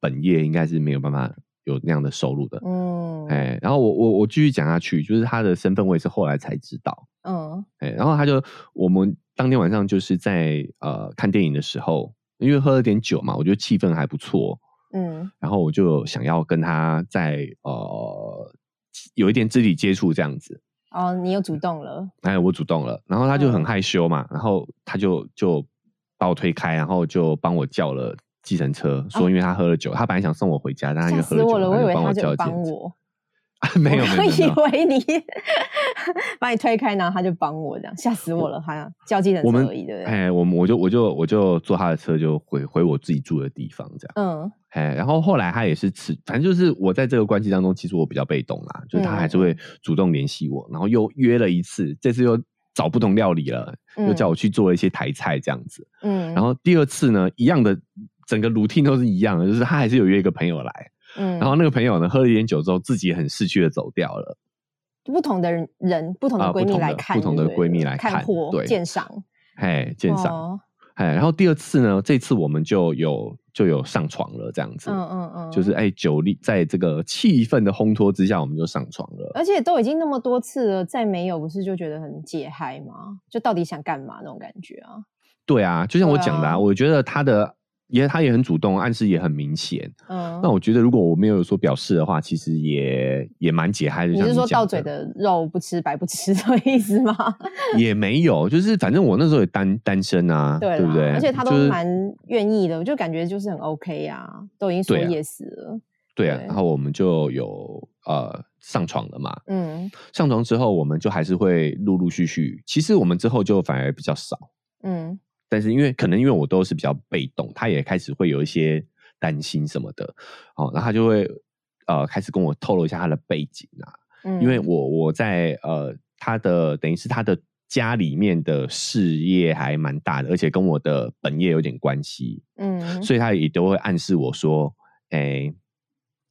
B: 本业，应该是没有办法有那样的收入的。
A: 嗯
B: 哎、然后我我我继续讲下去，就是他的身份我也是后来才知道。
A: 嗯
B: 哎、然后他就我们当天晚上就是在呃看电影的时候，因为喝了点酒嘛，我觉得气氛还不错，
A: 嗯
B: 然后我就想要跟他在呃有一点肢体接触这样子。
A: 哦，你又主动了，
B: 哎，我主动了，然后他就很
A: 嗯
B: 害羞嘛，然后他就就把我推开，然后就帮我叫了计程车，说因为他喝了酒，他本来想送我回家，但他因
A: 哦吓死
B: 为喝了酒，
A: 我了，以
B: 他就
A: 为
B: 帮
A: 他
B: 叫
A: 就
B: 了计程
A: 帮
B: 车。
A: 我，
B: 啊 没有
A: 我
B: 没有
A: 刚
B: 没
A: 以
B: 有，
A: 为你 把你推开，然后他就帮我这样，吓死我了，好像叫计程
B: 我
A: 车
B: 们
A: 而已，对不对？
B: 哎，我们我就我就我就坐他的车就回回我自己住的地方这样。
A: 嗯
B: 哎，然后后来他也是持，反正就是我在这个关系当中，其实我比较被动啦，就是他还
A: 嗯
B: 是会主动联系我，然后又约了一次，这次又找不同料理了，又叫我去做一些台菜这样子。
A: 嗯，
B: 然后第二次呢，一样的，整个 routine 都是一样的，就是他还是有约一个朋友来，
A: 嗯，
B: 然后那个朋友呢喝了一点酒之后，自己很逝去的走掉了。
A: 不同的人人不同的
B: 啊不
A: 闺蜜
B: 同
A: 来
B: 的
A: 看
B: 不
A: 就对了，
B: 同的闺蜜来看
A: 看货
B: 对
A: 鉴赏
B: 哎，鉴赏，
A: 哦
B: 哎，然后第二次呢，这次我们就有就有上床了，这样子，
A: 嗯嗯嗯，
B: 就是哎酒力在这个气氛的烘托之下，我们就上床了。
A: 而且都已经那么多次了，再没有不是就觉得很解嗨吗？就到底想干嘛那种感觉啊？
B: 对啊，就像我讲的、
A: 对
B: 啊，
A: 啊
B: 我觉得他的也他也很主动，暗示也很明显。
A: 嗯，
B: 那我觉得如果我没有说表示的话，其实也也蛮解嗨的。
A: 你
B: 像
A: 是说
B: 讲
A: 到嘴的肉不吃白不吃的意思吗？
B: 也没有，就是反正我那时候也单单身啊，对
A: 对啦，
B: 不对？
A: 而且他都
B: 就是
A: 蛮愿意的，我就感觉就是很 OK 啊，都已经说
B: 对啊
A: yes 了，
B: 对啊，
A: 对
B: 然后我们就有呃上床了嘛，
A: 嗯
B: 上床之后我们就还是会陆陆续续，其实我们之后就反而比较少，
A: 嗯
B: 但是因为可能因为我都是比较被动，他也开始会有一些担心什么的，哦，然后他就会呃开始跟我透露一下他的背景啊，
A: 嗯，
B: 因为我我在呃他的等于是他的家里面的事业还蛮大的，而且跟我的本业有点关系，
A: 嗯
B: 所以他也都会暗示我说，哎、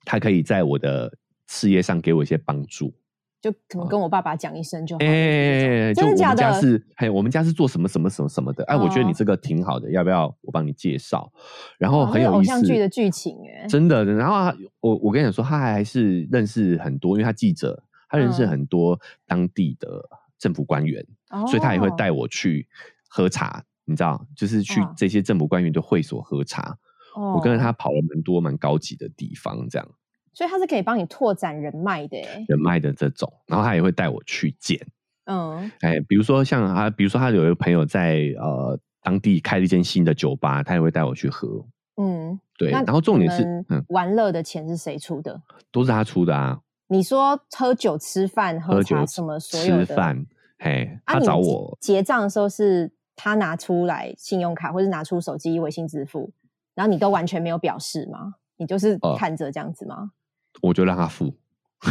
B: 他可以在我的事业上给我一些帮助。
A: 就可能跟我爸爸讲一声就好了，
B: 哦哎、就
A: 真
B: 我
A: 的假
B: 们家
A: 的？
B: 是，嘿，我们家是做什么什么什么什么的。哎、我觉得你
A: 哦
B: 这个挺好的，要不要我帮你介绍？然后
A: 哇
B: 哦很
A: 哦那
B: 有
A: 个
B: 意思，
A: 偶像剧的剧情哎
B: 真的。然后他我我跟你说，他还是认识很多，因为他记者，他认识
A: 嗯
B: 很多当地的政府官员，所以他也会
A: 哦
B: 带我去喝茶。你知道，就是去
A: 嗯
B: 这些政府官员的会所喝茶。
A: 哦
B: 我跟着，他跑了蛮多蛮高级的地方，这样
A: 所以他是可以帮你拓展人脉的欸耶，
B: 人脉的这种，然后他也会带我去见。
A: 嗯，
B: 哎，比如说像啊，比如说他有一个朋友在呃当地开了一间新的酒吧，他也会带我去喝。
A: 嗯，
B: 对，
A: 那
B: 然后重点是
A: 你们，
B: 嗯，
A: 玩乐的钱是谁出的？
B: 都是他出的啊，
A: 你说喝酒、吃饭、喝
B: 喝酒
A: 茶什么所有的，
B: 吃饭，嘿，
A: 啊
B: 他
A: 你
B: 找
A: 结
B: 我，
A: 结账的时候是他拿出来信用卡，或是拿出手机微信支付，然后你都完全没有表示吗？你就是
B: 哦
A: 看着这样子吗？
B: 我就让他付。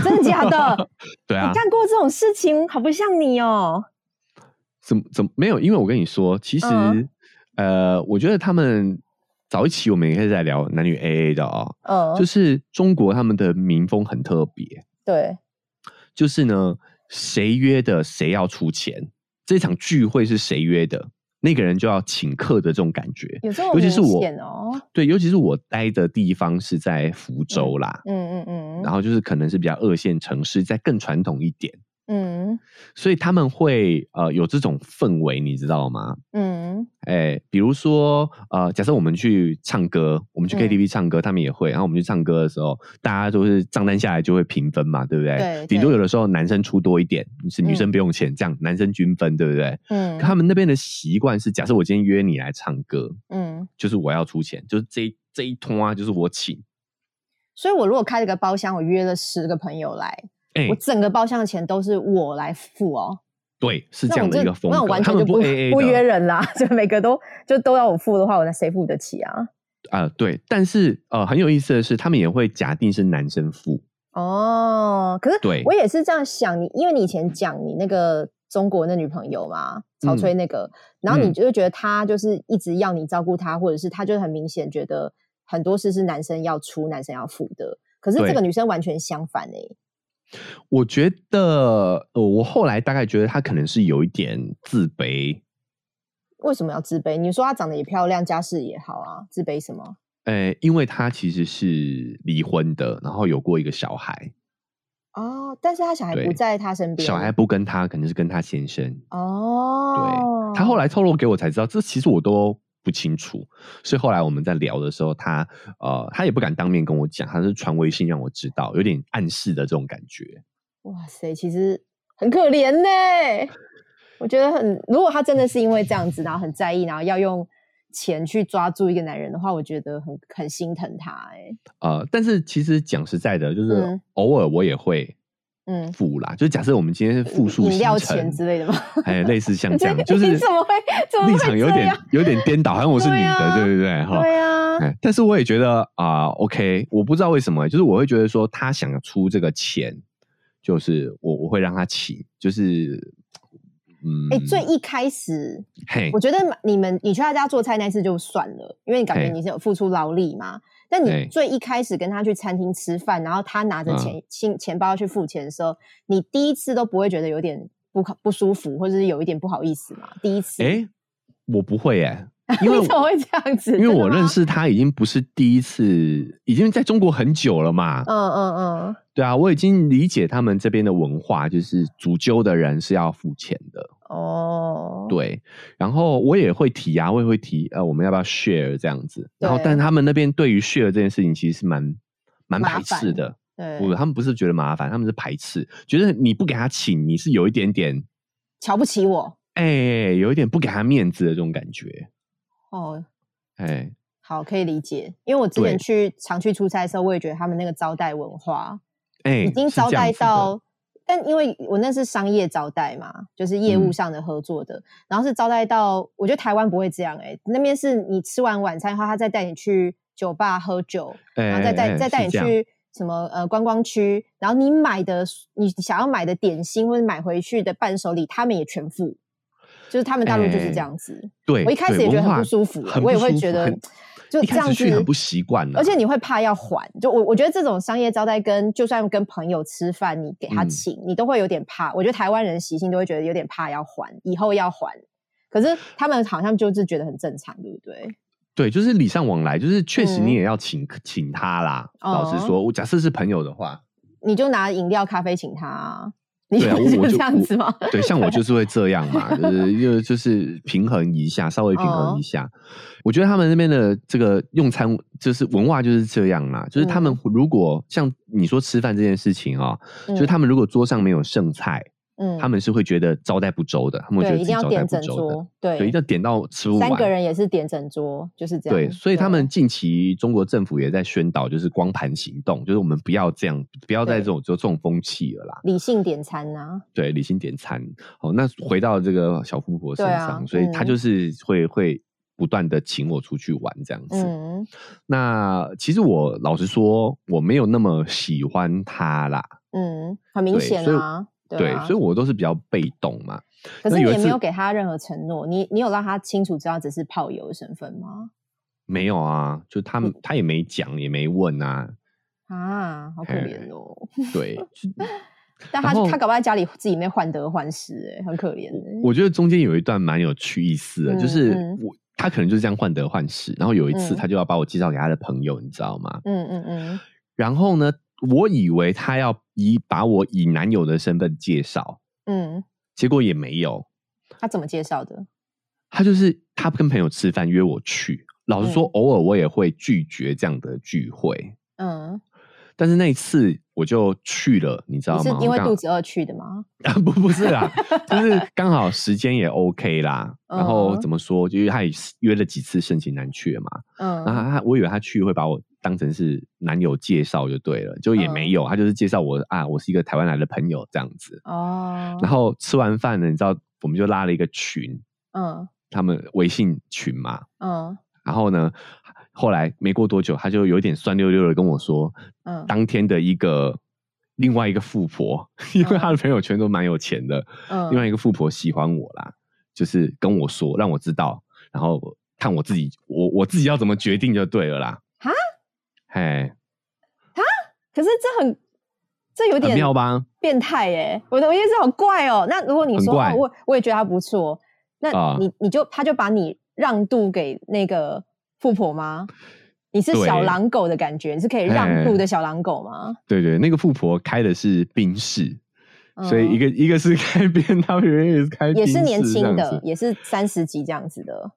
A: 真的假的？
B: 对啊
A: 你，干过这种事情，好不像你哦。
B: 怎么怎么没有？因为我跟你说，其实、
A: 嗯
B: 呃，我觉得他们早一期我们也可以在聊男女 AA 的哦，
A: 嗯，
B: 就是是中国他们的民风很特别，
A: 对，
B: 就是呢，谁约的谁要出钱，这场聚会是谁约的，那个人就要请客的这种感觉。
A: 有这种
B: 尤其是
A: 明
B: 我
A: 显哦。
B: 对，尤其是我待的地方是在福州啦，
A: 嗯嗯嗯，
B: 然后就是可能是比较二线城市，再更传统一点，
A: 嗯
B: 所以他们会呃有这种氛围，你知道吗？
A: 嗯
B: 哎，比如说，呃，假设我们去唱歌，我们去
A: 嗯
B: KTV 唱歌，他们也会。然后我们去唱歌的时候，大家都是账单下来就会平分嘛，对不对？
A: 对
B: 顶多
A: 对
B: 有的时候男生出多一点，是女生
A: 嗯
B: 不用钱，这样男生均分，对不对？
A: 嗯，
B: 他们那边的习惯是，假设我今天约你来唱歌，
A: 嗯，
B: 就是我要出钱，就是这一这一通啊，就是我请。
A: 所以我如果开了个包厢，我约了十个朋友来，
B: 哎
A: 我，整个包厢的钱都是我来付哦。
B: 对，是
A: 那
B: 这样
A: 我
B: 的一
A: 就
B: 个风
A: 那我
B: 格。
A: 完
B: 他
A: 全就
B: 们
A: 不
B: AA
A: 不
B: 的哦
A: 约人啦， 就每个都就都要我付的话，我那谁付得起啊？
B: 啊、对。但是呃，很有意思的是，他们也会假定是男生付。
A: 哦，可是
B: 对
A: 我也是这样想你，因为你以前讲你那个中国那女朋友嘛，曹吹那个，然后你
B: 嗯
A: 就会觉得她就是一直要你照顾她，或者是她就很明显觉得很多事是男生要出，男生要付的。可是这
B: 对
A: 个女生完全相反哎、
B: 我觉得，呃，我后来大概觉得他可能是有一点自卑，
A: 为什么要自卑？你说她长得也漂亮，家世也好啊，自卑什么？
B: 呃，因为他其实是离婚的，然后有过一个小孩，
A: 哦，但是她小孩不
B: 对
A: 在她身边，
B: 小孩不跟他，可能是跟他先生。对，
A: 哦，
B: 他后来透露给我才知道，这其实我都不清楚。所以后来我们在聊的时候，他呃，他也不敢当面跟我讲，他是传微信让我知道，有点暗示的这种感觉。
A: 哇塞，其实很可怜呢、我觉得很，如果他真的是因为这样子，然后很在意，然后要用钱去抓住一个男人的话，我觉得很很心疼他哎、
B: 呃，但是其实讲实在的，就是
A: 嗯
B: 偶尔我也会
A: 嗯，
B: 付啦，就是假设我们今天是复数
A: 饮料
B: 行程
A: 钱之类的吗？
B: 哎，类似像这样，
A: 你
B: 就
A: 你
B: 是
A: 怎么会怎么
B: 立
A: 会
B: 场有
A: 这
B: 点
A: 样
B: 有点颠倒，好像我是你
A: 对
B: 的，
A: 啊
B: 对不对？哈，
A: 对啊，
B: 哎，但是我也觉得啊，OK，我不知道为什么，就是我会觉得说他想出这个钱，就是我我会让他请，就是嗯，
A: 哎、最一开始
B: 嘿
A: 我，觉得你们你去他家做菜那次就算了，因为你感觉
B: 嘿
A: 你是有付出劳力嘛。但你
B: 对嗯
A: 最一开始跟他去餐厅吃饭，然后他拿着钱钱、钱包去付钱的时候，你第一次都不会觉得有点不好不舒服，或者是有一点不好意思嘛？第一次，
B: 哎，我不会哎，因 为
A: 你怎么会这样子？
B: 因为
A: 真的
B: 我认
A: 吗，
B: 识他已经不是第一次，已经在中国很久了嘛，
A: 嗯嗯
B: 对啊，我已经理解他们这边的文化，就是主揪的人是要付钱的。
A: 嗯，哦，，
B: 对，然后我也会提啊，我也会提，呃，我们要不要 share 这样子？然后，
A: 对
B: 但他们那边对于 share 这件事情其实是蛮蛮
A: 麻
B: 排斥
A: 烦
B: 的，不，
A: 对，
B: 他们不是觉得麻烦，他们是排斥，觉得你不给他请，你是有一点点，
A: 瞧不起我
B: 哎、有一点不给他面子的这种感觉，
A: 哦。
B: 哎、
A: 好，可以理解，因为我之前
B: 对
A: 去常去出差的时候，我也觉得他们那个招待文化，
B: 哎、
A: 已经
B: 是这
A: 招
B: 样
A: 待
B: 子的
A: 到，但因为我那是商业招待嘛，就是业务
B: 嗯
A: 上的合作的，然后是招待到，我觉得台湾不会这样哎、那边是你吃完晚餐后，他再带你去酒吧喝酒，
B: 哎、
A: 然后再带、
B: 哎
A: 再带你，
B: 哎是
A: 去什么呃观光区，然后你买的你想要买的点心或者买回去的伴手礼，他们也全付。就是他们大陆就是
B: 哎
A: 这样子，
B: 这样对，
A: 我一开始
B: 对
A: 也觉得
B: 文
A: 很
B: 化
A: 不舒服
B: 很
A: 我也
B: 不
A: 会
B: 舒
A: 觉
B: 服
A: 得
B: 很
A: 就
B: 一
A: 这
B: 开
A: 样
B: 始去
A: 子
B: 很不习惯啦
A: 而且你会怕要还，就我我觉得这种商业招待跟就算跟朋友吃饭，你给他
B: 嗯
A: 请，你都会有点怕。我觉得台湾人习性都会觉得有点怕要还，以后要还。可是他们好像就是觉得很正常，对不对？
B: 对，就是礼尚往来，就是确实
A: 嗯
B: 你也要请、请他啦。老实
A: 哦
B: 说，我假设是朋友的话，
A: 你就拿饮料、咖啡请他啊、你
B: 对啊，我
A: 就
B: 我
A: 这
B: 就
A: 样子吗？
B: 我对，像 我就是会这样嘛，就是就就是平衡一下，稍微平
A: 哦
B: 衡一下。我觉得他们那边的这个用餐就是文化就是这样啦，就是他
A: 嗯
B: 们如果像你说吃饭这件事情哦， 就是他们如果桌上没有剩菜，
A: 嗯
B: 他们是会觉得招待不周的，他们会觉
A: 对
B: 得
A: 一定
B: 自己
A: 要
B: 招待
A: 点
B: 不
A: 整
B: 周的，
A: 桌，对，
B: 对，一定要点到吃不完。
A: 三个人也是点整桌，就是这样。
B: 对，所以他们近期中国政府也在宣导，就是光盘行动，就是我们不要这样，不要再这种就这种风气了啦。
A: 理性点餐啊呐、
B: 对，理性点餐。好、那回到这个小富婆身
A: 对啊
B: 上，所以他
A: 嗯
B: 就是会、会不断的请我出去玩这样子。
A: 嗯
B: 那其实我老实说，我没有那么喜欢他啦，
A: 嗯，很明
B: 对
A: 显
B: 所以
A: 啊，
B: 对，
A: 啊
B: 所以我都是比较被动嘛。
A: 可是
B: 那
A: 你
B: 有一
A: 也没
B: 次
A: 有给他任何承诺，你你有让他清楚知道只是炮友的身份吗？
B: 没有啊，就他
A: 嗯
B: 们他也没讲，也没问啊，
A: 啊，好可
B: 嘿
A: 怜哦！
B: 对，就
A: 但他
B: 然后
A: 他搞不好在家里自己面患得患失，哎，很可怜欸。
B: 我觉得中间有一段蛮有趣意思的，
A: 嗯
B: 就是
A: 嗯
B: 我他可能就是这样患得患失，然后有一次
A: 嗯
B: 他就要把我介绍给他的朋友，你知道吗？
A: 嗯嗯嗯，
B: 然后呢，我以为他要以把我以男友的身份介绍，
A: 嗯，
B: 结果也没有，
A: 他怎么介绍的？
B: 他就是他跟朋友吃饭约我去，老实说
A: 嗯，
B: 偶尔我也会拒绝这样的聚会，
A: 嗯，
B: 但是那一次我就去了，你知
A: 你
B: 道
A: 是
B: 吗？
A: 因为
B: 我刚
A: 肚子饿去的吗？
B: 啊， 不不是啦， 就是刚好时间也 OK 啦。然后
A: 嗯
B: 怎么说，就是他也是约了几次盛情难却嘛。
A: 嗯，
B: 然后他我以为他去会把我当成是男友介绍就对了，就也没有，他就是介绍我啊，我是一个台湾来的朋友这样子。
A: 哦，
B: 然后吃完饭呢，你知道我们就拉了一个群，
A: 嗯
B: 他们微信群嘛。
A: 嗯
B: 然后呢，后来没过多久，他就有点酸溜溜的跟我说，
A: 嗯
B: 当天的一个另外一个富婆， 因为他的朋友圈都蛮有钱的，
A: 嗯，
B: 另外一个富婆喜欢我啦，就是跟我说，让我知道，然后看我自己，我我自己要怎么决定就对了啦。
A: 哈，
B: 嘿，
A: 可是这很这有
B: 很
A: 点
B: 妙吧？
A: 变态耶、我的我意思好怪哦、那如果你
B: 很
A: 说、
B: 怪
A: 哦、我我也觉得他不错，那
B: 啊
A: 你、你就他就把你让渡给那个富婆吗？你是
B: 对
A: 小狼狗的感觉，你是可以让渡
B: 嘿
A: 的小狼狗吗？
B: 对对，那个富婆开的是宾士，所以一
A: 个、
B: 个一个是开 B N W，一个是开
A: 嗯也是
B: 宾
A: 年
B: 士这
A: 轻
B: 样
A: 的
B: 子，。
A: 也是三十几这样子的，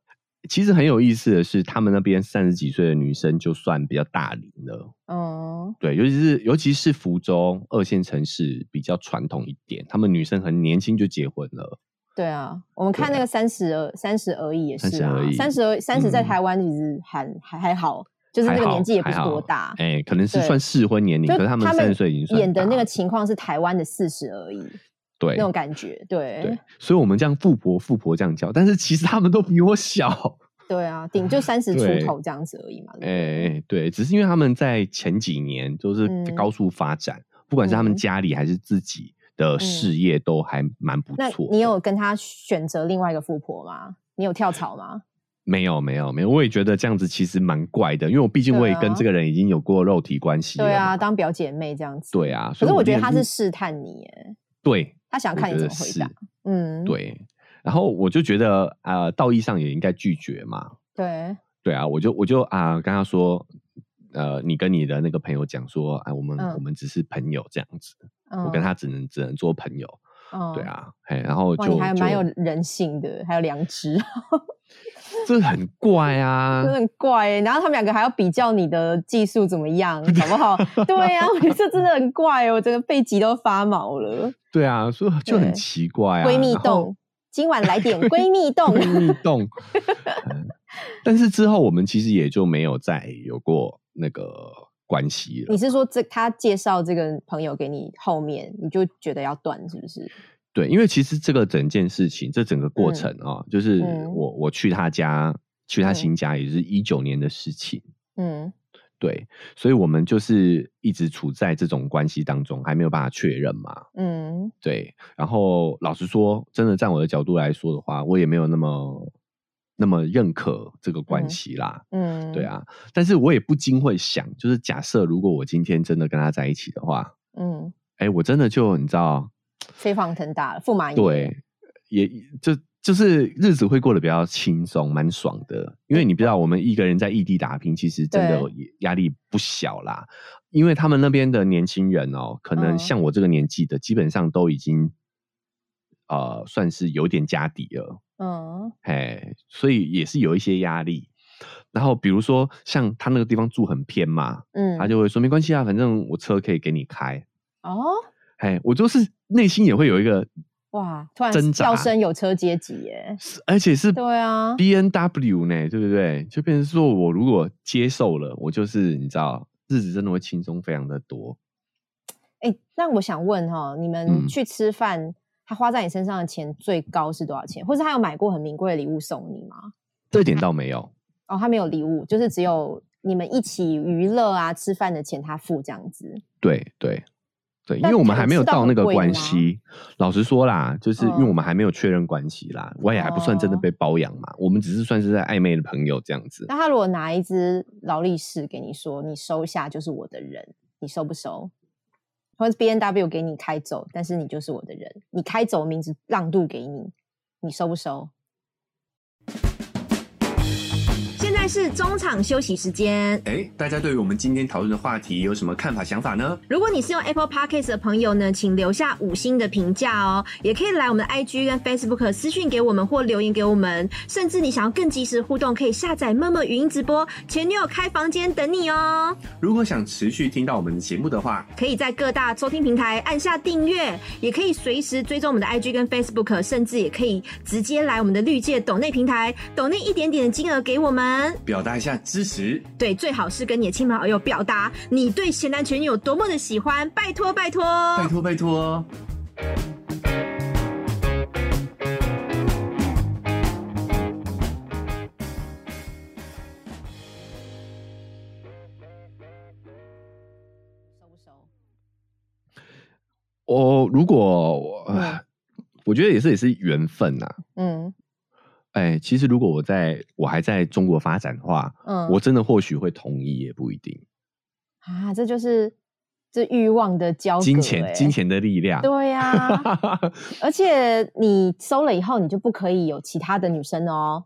B: 其实很有意思的是，他们那边三十几岁的女生就算比较大龄了，
A: 嗯
B: 对，尤其是尤其是福州二线城市比较传统一点，他们女生很年轻就结婚了。
A: 对啊，我们看那个三十而三十而已也是啊
B: 30而，已
A: 三十而三十在
B: 嗯
A: 台湾其实还还还好，就是那
B: 还
A: 个
B: 好
A: 年纪也不是
B: 还好
A: 多大，
B: 哎、可能是
A: 啊对
B: 算适婚年龄，
A: 就
B: 可是他们三十岁已经算
A: 演的
B: 大
A: 那个
B: 了
A: 情况是台湾的四十而已，
B: 对
A: 那种感觉，对
B: 对，所以我们这样富婆富婆这样叫，但是其实他们都比我小，
A: 对啊，顶就三十出
B: 对
A: 头这样子而已嘛。对不对
B: 哎、哎对，只是因为他们在前几年就是
A: 嗯
B: 高速发展，不管是他们
A: 嗯
B: 家里还是自己的事业都还蛮不
A: 那
B: 错的。
A: 你有跟他选择另外一个富婆吗？你有跳槽吗？
B: 没有没有没有，我也觉得这样子其实蛮怪的，因为我毕竟
A: 对
B: 我也
A: 啊
B: 跟这个人已经有过肉体关系了嘛。
A: 对啊，当表姐妹这样子。
B: 对啊，
A: 可
B: 所以
A: 是我觉得
B: 变
A: 他
B: 成
A: 是试探你耶，
B: 对
A: 他想
B: 我
A: 看你
B: 觉
A: 怎
B: 得
A: 么回
B: 是
A: 答。嗯，
B: 对，然后我就觉得呃，道义上也应该拒绝嘛，
A: 对，
B: 对啊，我就我就啊、跟他说，呃，你跟你的那个朋友讲说，啊，我们、
A: 嗯
B: 我们只是朋友这样子，
A: 我
B: 我跟他只能只能做朋友，对，啊，哎，然后
A: 嗯哇，
B: 就
A: 你还
B: 就嗯
A: 蛮有人性的，还有良知，
B: 这很怪啊
A: 真，的很怪耶。然后他们两个还要比较你的技术怎么 样，好不好？对啊，我觉得这真的很怪哦，我整个背脊都发毛了。
B: 对啊，所以就
A: 对
B: 很奇怪啊，
A: 闺蜜
B: 然后
A: 洞，今晚来点闺蜜洞。
B: 闺蜜洞。嗯但是之后我们其实也就没有再有过那个关系了
A: 你。是说这他介绍这个朋友给你后面，你就觉得要断是不是？
B: 对，因为其实这个整件事情，这整个过
A: 嗯
B: 程啊、就是
A: 嗯
B: 我我去他家，去他
A: 嗯
B: 新家，也是一九年的事情。
A: 嗯
B: 对，所以我们就是一直处在这种关系当中，还没有办法确认嘛。
A: 嗯
B: 对，然后老实说，真的站我的角度来说的话，我也没有那么那么认可这个关
A: 嗯
B: 系啦。
A: 嗯，
B: 对，啊，但是我也不禁会想，就是假设如果我今天真的跟他在一起的话，
A: 嗯，
B: 哎，我真的就你知道，
A: 哦飞黄腾达了，驸马爷，
B: 对，也就就是日子会过得比较轻松，蛮爽的。因为你不知道，我们一个人在异地打拼，其实真的也压力不小啦。因为他们那边的年轻人哦，可能像我这个年纪的，基本上都已经呃算是有点家底了，
A: 嗯，
B: 哎，所以也是有一些压力。然后比如说像他那个地方住很偏嘛，
A: 嗯，
B: 他就会说没关系啊，反正我车可以给你开。
A: 哦，
B: 哎，我就是内心也会有一个
A: 哇，突然
B: 挣扎
A: 飙升有车阶级耶，
B: 是而且是
A: 对啊
B: B N W 呢，对不对？就变成说我如果接受了，我就是你知道，日子真的会轻松非常的多。
A: 哎、那我想问哈、你们
B: 嗯
A: 去吃饭，他花在你身上的钱最高是多少钱？或者他有买过很名贵的礼物送你吗？
B: 这点倒没有，
A: 哦，他没有礼物，就是只有你们一起娱乐啊、吃饭的钱他付这样子。
B: 对对对，因
A: 但
B: 为我们
A: 他有
B: 还没有
A: 吃到
B: 到
A: 很
B: 那个
A: 贵
B: 关
A: 吗
B: 系。老实说啦，就是因为
A: 嗯
B: 我们还没有确认关系啦，我也还不算真的
A: 哦
B: 被包养嘛，我们只是算是在暧昧的朋友这样子。
A: 那他如果拿一只劳力士给你说，你收下就是我的人，你收不收？或者 B N W 给你开走，但是你就是我的人，你开走名字让渡给你，你收不收？现在是中场休息时间。
B: 哎，大家对于我们今天讨论的话题有什么看法、想法呢？
A: 如果你是用 Apple Podcast 的朋友呢，请留下五星的评价哦，也可以来我们的 IG 跟 Facebook 私讯给我们或留言给我们，甚至你想要更及时互动，可以下载陌陌语音直播，前女友开房间等你哦。
B: 如果想持续听到我们的节目的话，
A: 可以在各大收听平台按下订阅，也可以随时追踪我们的 IG 跟 Facebook，甚至也可以直接来我们的绿界抖内平台抖内一点点的金额给我们。
B: 表达一下支持。
A: 对，最好是跟你的亲朋好友表达你对咸男前女友多么的喜欢，拜托拜托。
B: 拜托拜哦托。
A: 收不收？
B: 我哦如果、呃我觉得也是也是缘分呐、
A: 嗯
B: 哎、其实如果我在我还在中国发展的话，
A: 嗯
B: 我真的或许会同意，也不一定。
A: 啊，这就是这欲望的交欸
B: 金钱，金。钱的力量。
A: 哎对啊呀、 而且你收了以后，你就不可以有其他的女生哦，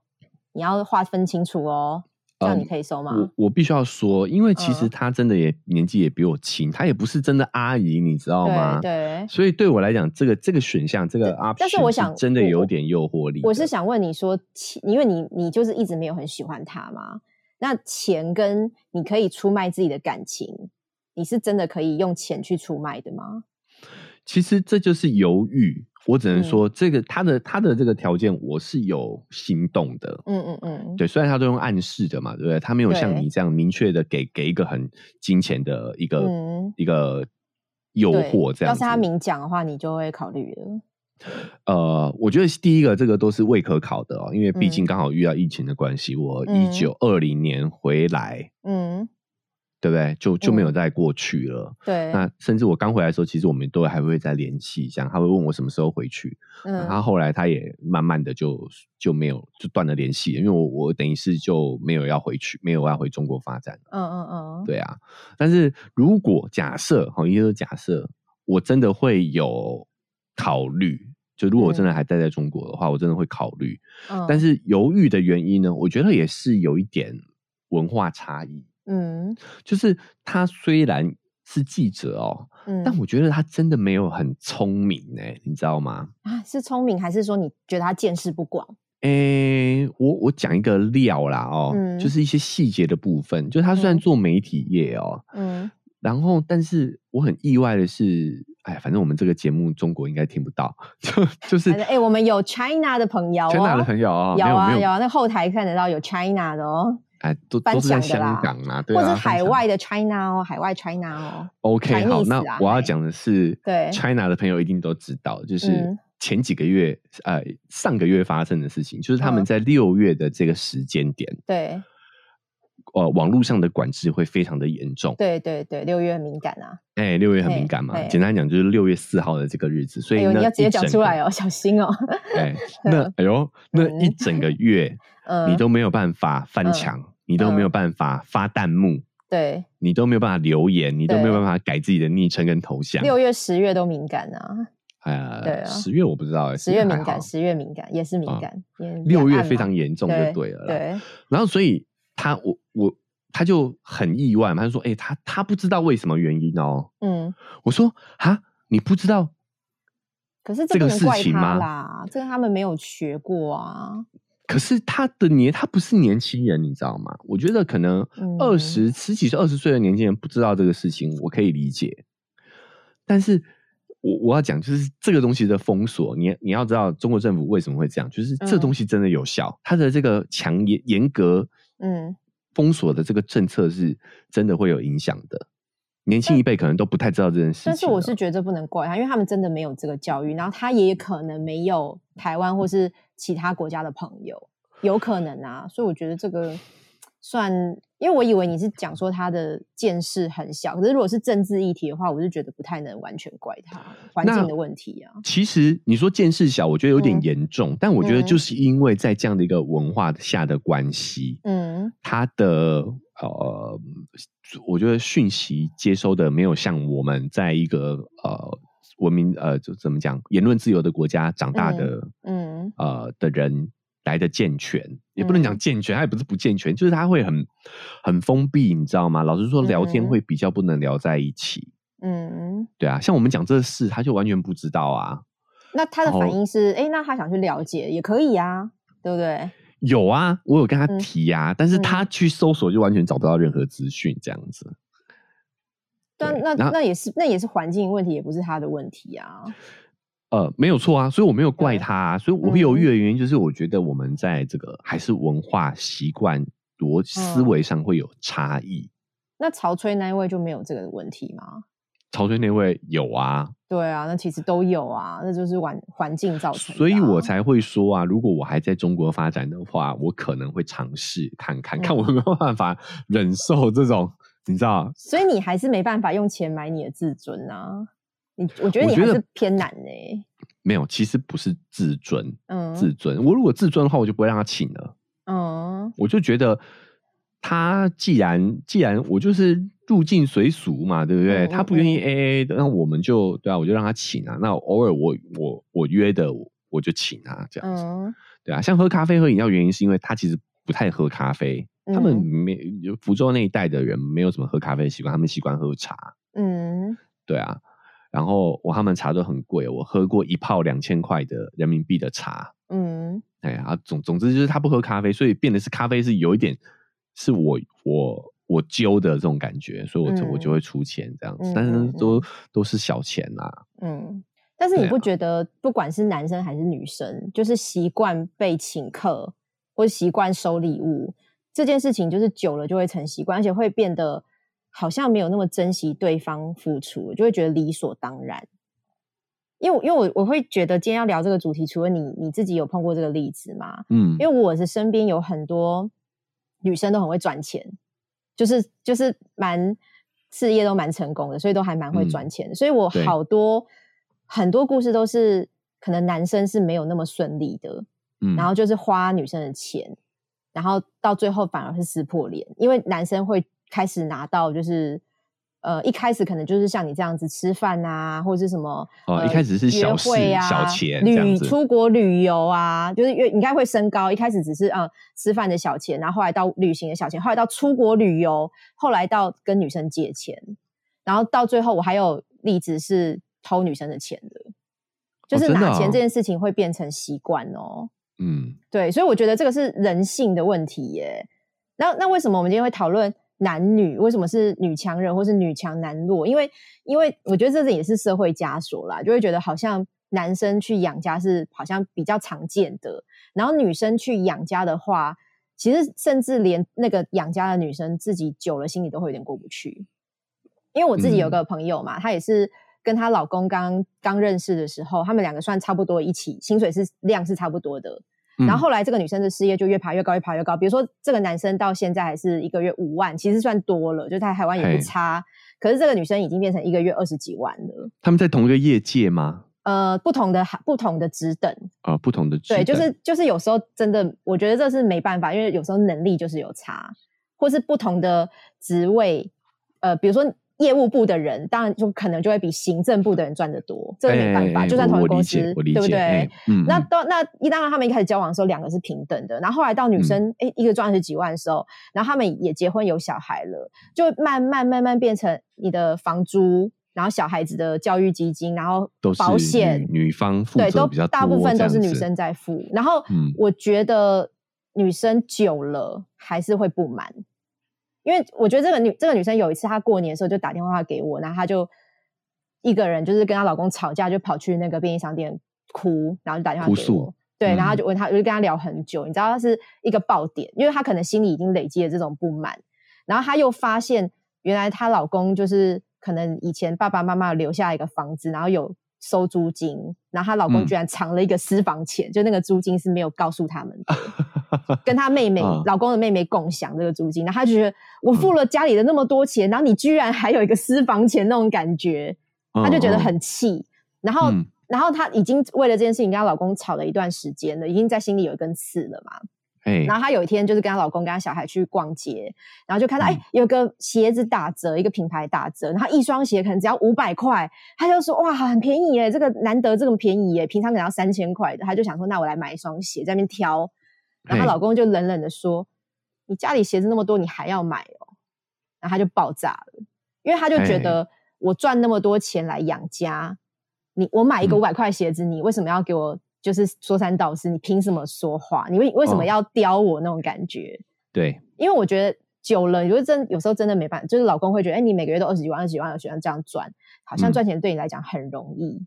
A: 你要划分清楚哦，这样你
B: 嗯
A: 可以收吗？
B: 我我必须要说，因为其实
A: 嗯
B: 他真的也、年纪也比我轻，他也不是真的阿姨，你知道吗？
A: 对
B: 所以对我来讲，这个这个选项，这个 option，
A: 但是我想
B: 真的
A: 我
B: 有点诱惑力
A: 对，
B: 的。
A: 我是想问你说，钱因为你你就是一直没有很喜欢他嘛，那钱跟你可以出卖自己的感情，你是真的可以用钱去出卖的吗？
B: 其实这就是犹豫。我只能
A: 嗯
B: 说，这个他的他的这个条件，我是有心动的。
A: 嗯嗯嗯，
B: 对，虽然他都用暗示的嘛，对不对？他没有像
A: 对
B: 你这样明确的给给一个很金钱的一个、
A: 嗯
B: 一个诱
A: 对
B: 惑这样
A: 要
B: 子。
A: 是他明讲的话，你就会考虑了。
B: 呃，我觉得第一个这个都是未可考的哦，因为毕
A: 嗯
B: 竟刚好遇到疫情的关系，我
A: 嗯
B: 一九二零年回来，
A: 嗯，
B: 对不对？就就没有
A: 嗯
B: 再过去了。
A: 对，
B: 那甚至我刚回来的时候，其实我们都还会再联系，这样他会问我什么时候回去。
A: 嗯
B: 他后来他也慢慢的就就没有就断了联系，因为我我等于是就没有要回去，没有要回中国发展。
A: 嗯嗯嗯，
B: 对啊，但是如果假设，好，也就是假设，我真的会有考虑，就如果我真的还待在中国的话，我真的会考虑。
A: 嗯，
B: 但是犹豫的原因呢，我觉得也是有一点文化差异，
A: 嗯
B: 就是他虽然是记者哦，
A: 嗯，
B: 但我觉得他真的没有很聪明哎、你知道吗？
A: 啊，是聪明还是说你觉得他见识不广？
B: 诶、我我讲一个料啦哦，
A: 嗯
B: 就是一些细节的部分，就他虽然
A: 嗯
B: 做媒体业哦，
A: 嗯，
B: 然后，但是我很意外的是，哎，反正我们这个节目中国应该听不到， 就就是
A: 反正哎，我们有 China 的朋友哦，
B: 全打的朋友啊，没
A: 有啊
B: 没
A: 有
B: 有，
A: 啊，那后台看得到有 China 的哦，
B: 哎，都
A: 翻
B: 都是在
A: 墙的
B: 香
A: 啦
B: 港啊，对
A: 或者
B: 啊，翻
A: 海
B: 墙
A: 外的 China 哦，海外 China 哦，
B: OK，好，
A: Chinese
B: 那
A: 啊
B: 我要
A: 嘿
B: 讲的是，
A: 对
B: ，China 的朋友一定都知道，就是
A: 嗯
B: 前几个月，呃，上个月发生的事情，就是他们
A: 嗯
B: 在六月的这个时间点，
A: 对
B: 呃，网络上的管制会非常的严重。
A: 对对对，六月很敏感啊，
B: 哎，六月很
A: 嘿
B: 敏感嘛
A: 嘿，
B: 简单讲就是六月四号的这个日子，所
A: 哎
B: 以
A: 呦，
B: 那
A: 你要直接讲出来
B: 哦。
A: 哦，小心哦，
B: 哎，那哎呦，那一
A: 嗯
B: 整个月
A: 嗯，
B: 你都没有办法翻
A: 嗯
B: 墙，你都没有
A: 嗯
B: 办法发弹幕，
A: 对，
B: 你都没有办法留言，你都没有
A: 对
B: 办法改自己的昵称跟头像。
A: 六月十月都敏感啊，对啊
B: 哎，十月我不知道哎，
A: 十月
B: 还
A: 敏感，
B: 好哦
A: 十月敏感也是敏感，也比较
B: 六月
A: 暗
B: 非
A: 嘛
B: 常严重就
A: 对
B: 对了啦。
A: 对，
B: 然后所以他我我他就很意外嘛，他就说：“哎、他他不知道为什么原因哦。
A: 嗯。”
B: 我说：“哈，你不知道？
A: 可是
B: 这
A: 不
B: 个
A: 能
B: 事
A: 怪
B: 情
A: 他
B: 吗
A: 啦，这个他们没有学过啊。
B: 可是他的年他不是年轻人，你知道吗？我觉得可能
A: 嗯
B: 二十、十几岁、二十岁的年轻人不知道这个事情，我可以理解。但是我我要讲，就是这个东西的封锁，你你要知道中国政府为什么会这样，就是这
A: 嗯
B: 东西真的有效，它的这个强严严格
A: 嗯，
B: 封锁的这个政策是真的会有影响的。年轻一辈可能都不太知道这件事情了。
A: 但是我是觉得这不能怪他，因为他们真的没有这个教育，然后他也可能没有台湾或是其他国家的朋友，有可能啊。所以我觉得这个算，因为我以为你是讲说他的见识很小，可是如果是政治议题的话，我是觉得不太能完全怪他环境
B: 那
A: 的问题啊。
B: 其实你说见识小，我觉得有点
A: 嗯
B: 严重，但我觉得
A: 嗯
B: 就是因为在这样的一个文化下的关系，
A: 嗯
B: 它的呃，我觉得讯息接收的没有像我们在一个呃文明呃就怎么讲言论自由的国家长大的、
A: 嗯
B: 呃的人来的健全，也不能讲
A: 嗯
B: 健全，他也不是不健全，就是他会很很封闭，你知道吗？老实说，聊天
A: 嗯
B: 会比较不能聊在一起。
A: 嗯，
B: 对啊，像我们讲这事，他就完全不知道啊。
A: 那他的
B: 然
A: 反
B: 后
A: 应是，哎，那他想去了解也可以啊，对不对？
B: 有啊，我有跟他
A: 嗯
B: 提啊，但是
A: 嗯
B: 他去搜索就完全找不到任何资讯，这样子。
A: 但
B: 对
A: 那
B: 然后
A: 那也是那也是环境问题，也不是他的问题啊。
B: 呃，没有错啊，所以我没有怪
A: 对
B: 他、啊，所以我会犹
A: 嗯
B: 豫的原因就是，我觉得我们在这个还是文化习惯、逻思
A: 嗯
B: 维上会有差异。
A: 那曹吹那一位就没有这个问题吗？
B: 潮吹那位有啊，
A: 对啊，那其实都有啊，那就是环环境造成的啊、
B: 所以我才会说啊，如果我还在中国发展的话，我可能会尝试看看，看我
A: 嗯
B: 有没有办法忍受这种，你知道？
A: 所以你还是没办法用钱买你的自尊啊。你我觉得
B: 我
A: 你还
B: 觉得
A: 是偏难呢、
B: 没有，其实不是自尊，自
A: 嗯
B: 尊。我如果自尊的话，我就不会让他请了。
A: 嗯
B: 我就觉得他既然既然我就是入境随俗嘛，对不
A: 嗯
B: 对？
A: 嗯
B: 他不愿意 A A 的，那我们就对啊，我就让他请啊。那偶尔我我我约的我我就请啊，这样子。
A: 嗯
B: 对啊，像喝咖啡、喝饮料，原因是因为他其实不太喝咖啡，他们
A: 嗯
B: 没有福州那一带的人没有什么喝咖啡的习惯，他们习惯喝茶。
A: 嗯，
B: 对啊，然后我他们茶都很贵，我喝过一泡两千块的人民币的茶。
A: 嗯
B: 哎呀，啊总总之就是他不喝咖啡，所以变得是咖啡是有一点是我我我揪的这种感觉，所以我就、我就
A: 嗯
B: 会出钱这样子，
A: 嗯
B: 但
A: 嗯
B: 是都、都是小钱啦、
A: 嗯。但是你
B: 对
A: 不
B: 啊
A: 觉得，不管是男生还是女生，就是习惯被请客或是习惯收礼物这件事情，就是久了就会成习惯，而且会变得好像没有那么珍惜对方付出，就会觉得理所当然。因为我因为我我会觉得今天要聊这个主题，除了你你自己有碰过这个例子吗？
B: 嗯，
A: 因为我的身边有很多女生都很会赚钱，就是就是蛮事业都蛮成功的，所以都还蛮会赚钱的。所以我
B: 嗯对
A: 好多很多故事都是可能男生是没有那么顺利的，
B: 嗯
A: 然后就是花女生的钱，然后到最后反而是撕破脸，因为男生会开始拿到就是。呃，一开始可能就是像你这样子吃饭啊，或者是什么
B: 哦
A: 呃
B: 一开始是小
A: 约
B: 事
A: 会啊、
B: 小钱这
A: 旅
B: 样子
A: 出国旅游啊，就是越你应该会升高。一开始只是呃吃饭的小钱，然后后来到旅行的小钱，后来到出国旅游，后来到跟女生借钱，然后到最后我还有例子是偷女生的钱的，就
B: 哦
A: 是
B: 真的
A: 拿钱
B: 哦
A: 这件事情会变成习惯哦
B: 嗯
A: 对，所以我觉得这个是人性的问题耶。那那为什么我们今天会讨论男女？为什么是女强人或是女强男弱？因为因为我觉得这也是社会枷锁啦，就会觉得好像男生去养家是好像比较常见的，然后女生去养家的话，其实甚至连那个养家的女生自己久了心里都会有点过不去。因为我自己有
B: 嗯
A: 个朋友嘛，她也是跟她老公刚刚认识的时候，他们两个算差不多一起，薪水是量是差不多的，
B: 嗯
A: 然后后来这个女生的事业就越爬越高，越爬越高。比如说这个男生到现在还是一个月五万，其实算多了，就在台湾也
B: 嘿
A: 不差。可是这个女生已经变成一个月二十几万了。
B: 他们在同一个业界吗？
A: 呃，不同的行不同的职等，
B: 啊、不同的职
A: 对，就
B: 等
A: 是就是有时候真的，我觉得这是没办法，因为有时候能力就是有差，或是不同的职位，呃，比如说业务部的人，当然就可能就会比行政部的人赚得多，这个没办法，
B: 哎
A: 就算
B: 我
A: 同一个
B: 我
A: 公
B: 理
A: 司
B: 解，我理，
A: 对
B: 解，
A: 不对
B: 哎？嗯，
A: 那
B: 嗯
A: 都那一当然，他们一开始交往的时候，两个是平等的。然后后来到
B: 嗯
A: 女生，哎、一个赚二十几万的时候，然后他们也结婚有小孩了，就慢慢慢慢变成你的房租，然后小孩子的教育基金，然后
B: 都是
A: 保
B: 女
A: 险，
B: 女方负
A: 对，
B: 责
A: 都
B: 比较
A: 大部
B: 多
A: 分
B: 这
A: 都是
B: 样
A: 女
B: 子
A: 生在付。然后
B: 嗯
A: 我觉得女生久了还是会不满，因为我觉得这个女这个女生有一次她过年的时候就打电话给我，然后她就一个人就是跟她老公吵架，就跑去那个便利商店哭，然后就打电话
B: 哭
A: 给
B: 诉
A: 我。对，然后
B: 嗯
A: 就问她，我就跟她聊很久，你知道她是一个爆点，因为她可能心里已经累积了这种不满，然后她又发现，原来她老公就是可能以前爸爸妈妈有留下一个房子，然后有收租金，然后她老公
B: 嗯
A: 居然藏了一个私房钱，就那个租金是没有告诉他们的，跟她妹妹、
B: 啊
A: 老公的妹妹共享这个租金，然后她就
B: 嗯
A: 觉得我付了家里的那么多钱，然后你居然还有一个私房钱那种感觉，她就觉得
B: 嗯嗯
A: 很气，然后。
B: 嗯
A: 然后她已经为了这件事情跟她老公吵了一段时间了，已经在心里有一根刺了嘛。
B: 哎
A: 然后她有一天就是跟她老公跟她小孩去逛街，然后就看到哎、
B: 嗯
A: 有个鞋子打折，一个品牌打折，然后一双鞋可能只要五百块，她就说哇很便宜耶，这个难得这么便宜耶，平常可能要三千块的，她就想说那我来买一双鞋，在那边挑，然后她
B: 嘿
A: 老公就冷冷的说你家里鞋子那么多，你还要买哦，然后她就爆炸了，因为她就觉
B: 嘿
A: 得我赚那么多钱来养家，你我买一个
B: 嗯
A: 五百块的鞋子，你为什么要给我就是说三道四？你凭什么说话？你为为什么
B: 哦
A: 要刁我那种感觉？
B: 对，
A: 因为我觉得久了，你就真有时候真的没办法，就是老公会觉得，哎、你每个月都二十几万、二十几万、二十几万这样赚，好像
B: 嗯
A: 赚钱对你来讲很容易，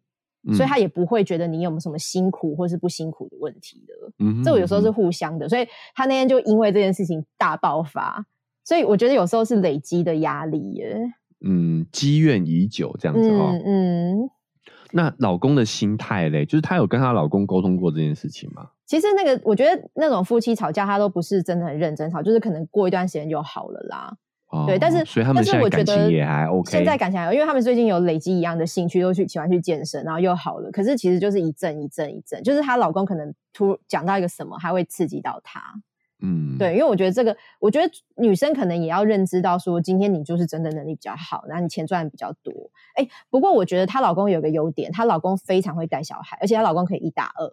A: 所以
B: 嗯
A: 他也不会觉得你有没有什么辛苦或是不辛苦的问题的。
B: 嗯哼
A: 这我有时候是
B: 嗯哼
A: 互相的，所以他那天就因为这件事情大爆发，所以我觉得有时候是累积的压力耶。
B: 嗯积怨已久这样子哦哈。
A: 嗯嗯，
B: 那老公的心态嘞，就是她有跟她老公沟通过这件事情吗？
A: 其实那个，我觉得那种夫妻吵架，他都不是真的很认真吵，就是可能过一段时间就好了啦。
B: 哦
A: 对，但是
B: 所以他们
A: 但是
B: 现在
A: 我觉
B: 感情
A: 得
B: 也还 OK。
A: 现在感情还好，因为他们最近有累积一样的兴趣，都去喜欢去健身，然后又好了。可是其实就是一阵一阵一阵，就是她老公可能突讲到一个什么，还会刺激到她。
B: 嗯，
A: 对，因为我觉得这个，我觉得女生可能也要认知到说，今天你就是真的能力比较好，然后你钱赚的比较多。哎，不过我觉得她老公有个优点，她老公非常会带小孩，而且她老公可以一打二。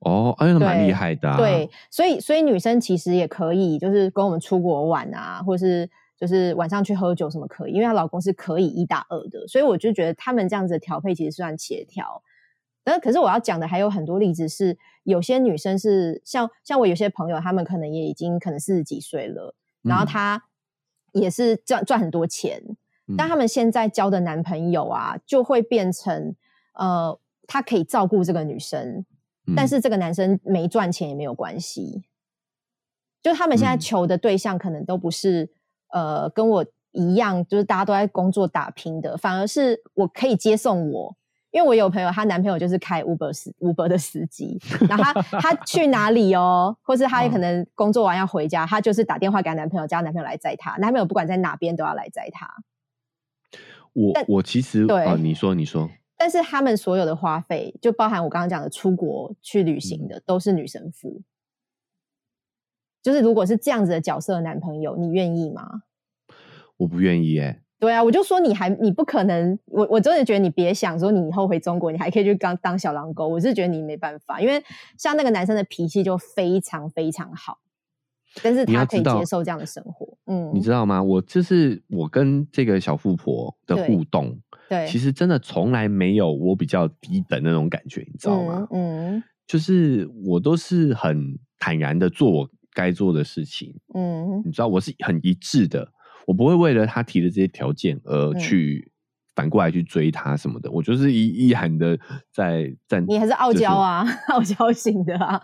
B: 哦，哎，那蛮
A: 对
B: 厉害的、啊。
A: 对，，所以所以女生其实也可以，就是跟我们出国玩啊，或是就是晚上去喝酒什么可以，因为她老公是可以一打二的，所以我就觉得他们这样子的调配其实算协调。但可是我要讲的还有很多例子是，有些女生是像像我有些朋友，她们可能也已经可能四十几岁了，然后
B: 嗯
A: 她也是赚赚很多钱，但他们现在交的男朋友啊，就会变成呃，他可以照顾这个女生，
B: 嗯
A: 但是这个男生没赚钱也没有关系。就他们现在
B: 嗯
A: 求的对象可能都不是、呃跟我一样，就是大家都在工作打拼的，反而是我可以接送我。因为我有朋友，她男朋友就是开 Uber 司 Uber 的司机，然后她她去哪里哦，或是她也可
B: 嗯
A: 能工作完要回家，她就是打电话给她男朋友，叫她男朋友来载她，男朋友不管在哪边都要来载她。
B: 我
A: 但
B: 我其实
A: 对
B: 啊、你说你说，
A: 但是他们所有的花费，就包含我刚刚讲的出国去旅
B: 嗯
A: 行的，都是女生付。就是如果是这样子的角色的男朋友，你愿意吗？
B: 我不愿意哎、
A: 对啊，我就说你还你不可能，我我真的觉得你别想说你以后回中国你还可以去当当小狼狗，我是觉得你没办法，因为像那个男生的脾气就非常非常好，但是
B: 你要
A: 他可以
B: 知道
A: 接受这样的生活，嗯，
B: 你知道吗？我就是我跟这个小富婆的
A: 对
B: 互动，
A: 对，
B: 其实真的从来没有我比较低等那种感觉，你知道吗？
A: 嗯
B: 就是我都是很坦然的做我该做的事情，
A: 嗯嗯
B: 你知道我是很一致的，我不会为了他提的这些条件而
A: 嗯
B: 去、反过来去追他什么的，我就是一一喊的在站，
A: 你还是傲
B: 就是
A: 娇啊， 傲娇型的啊，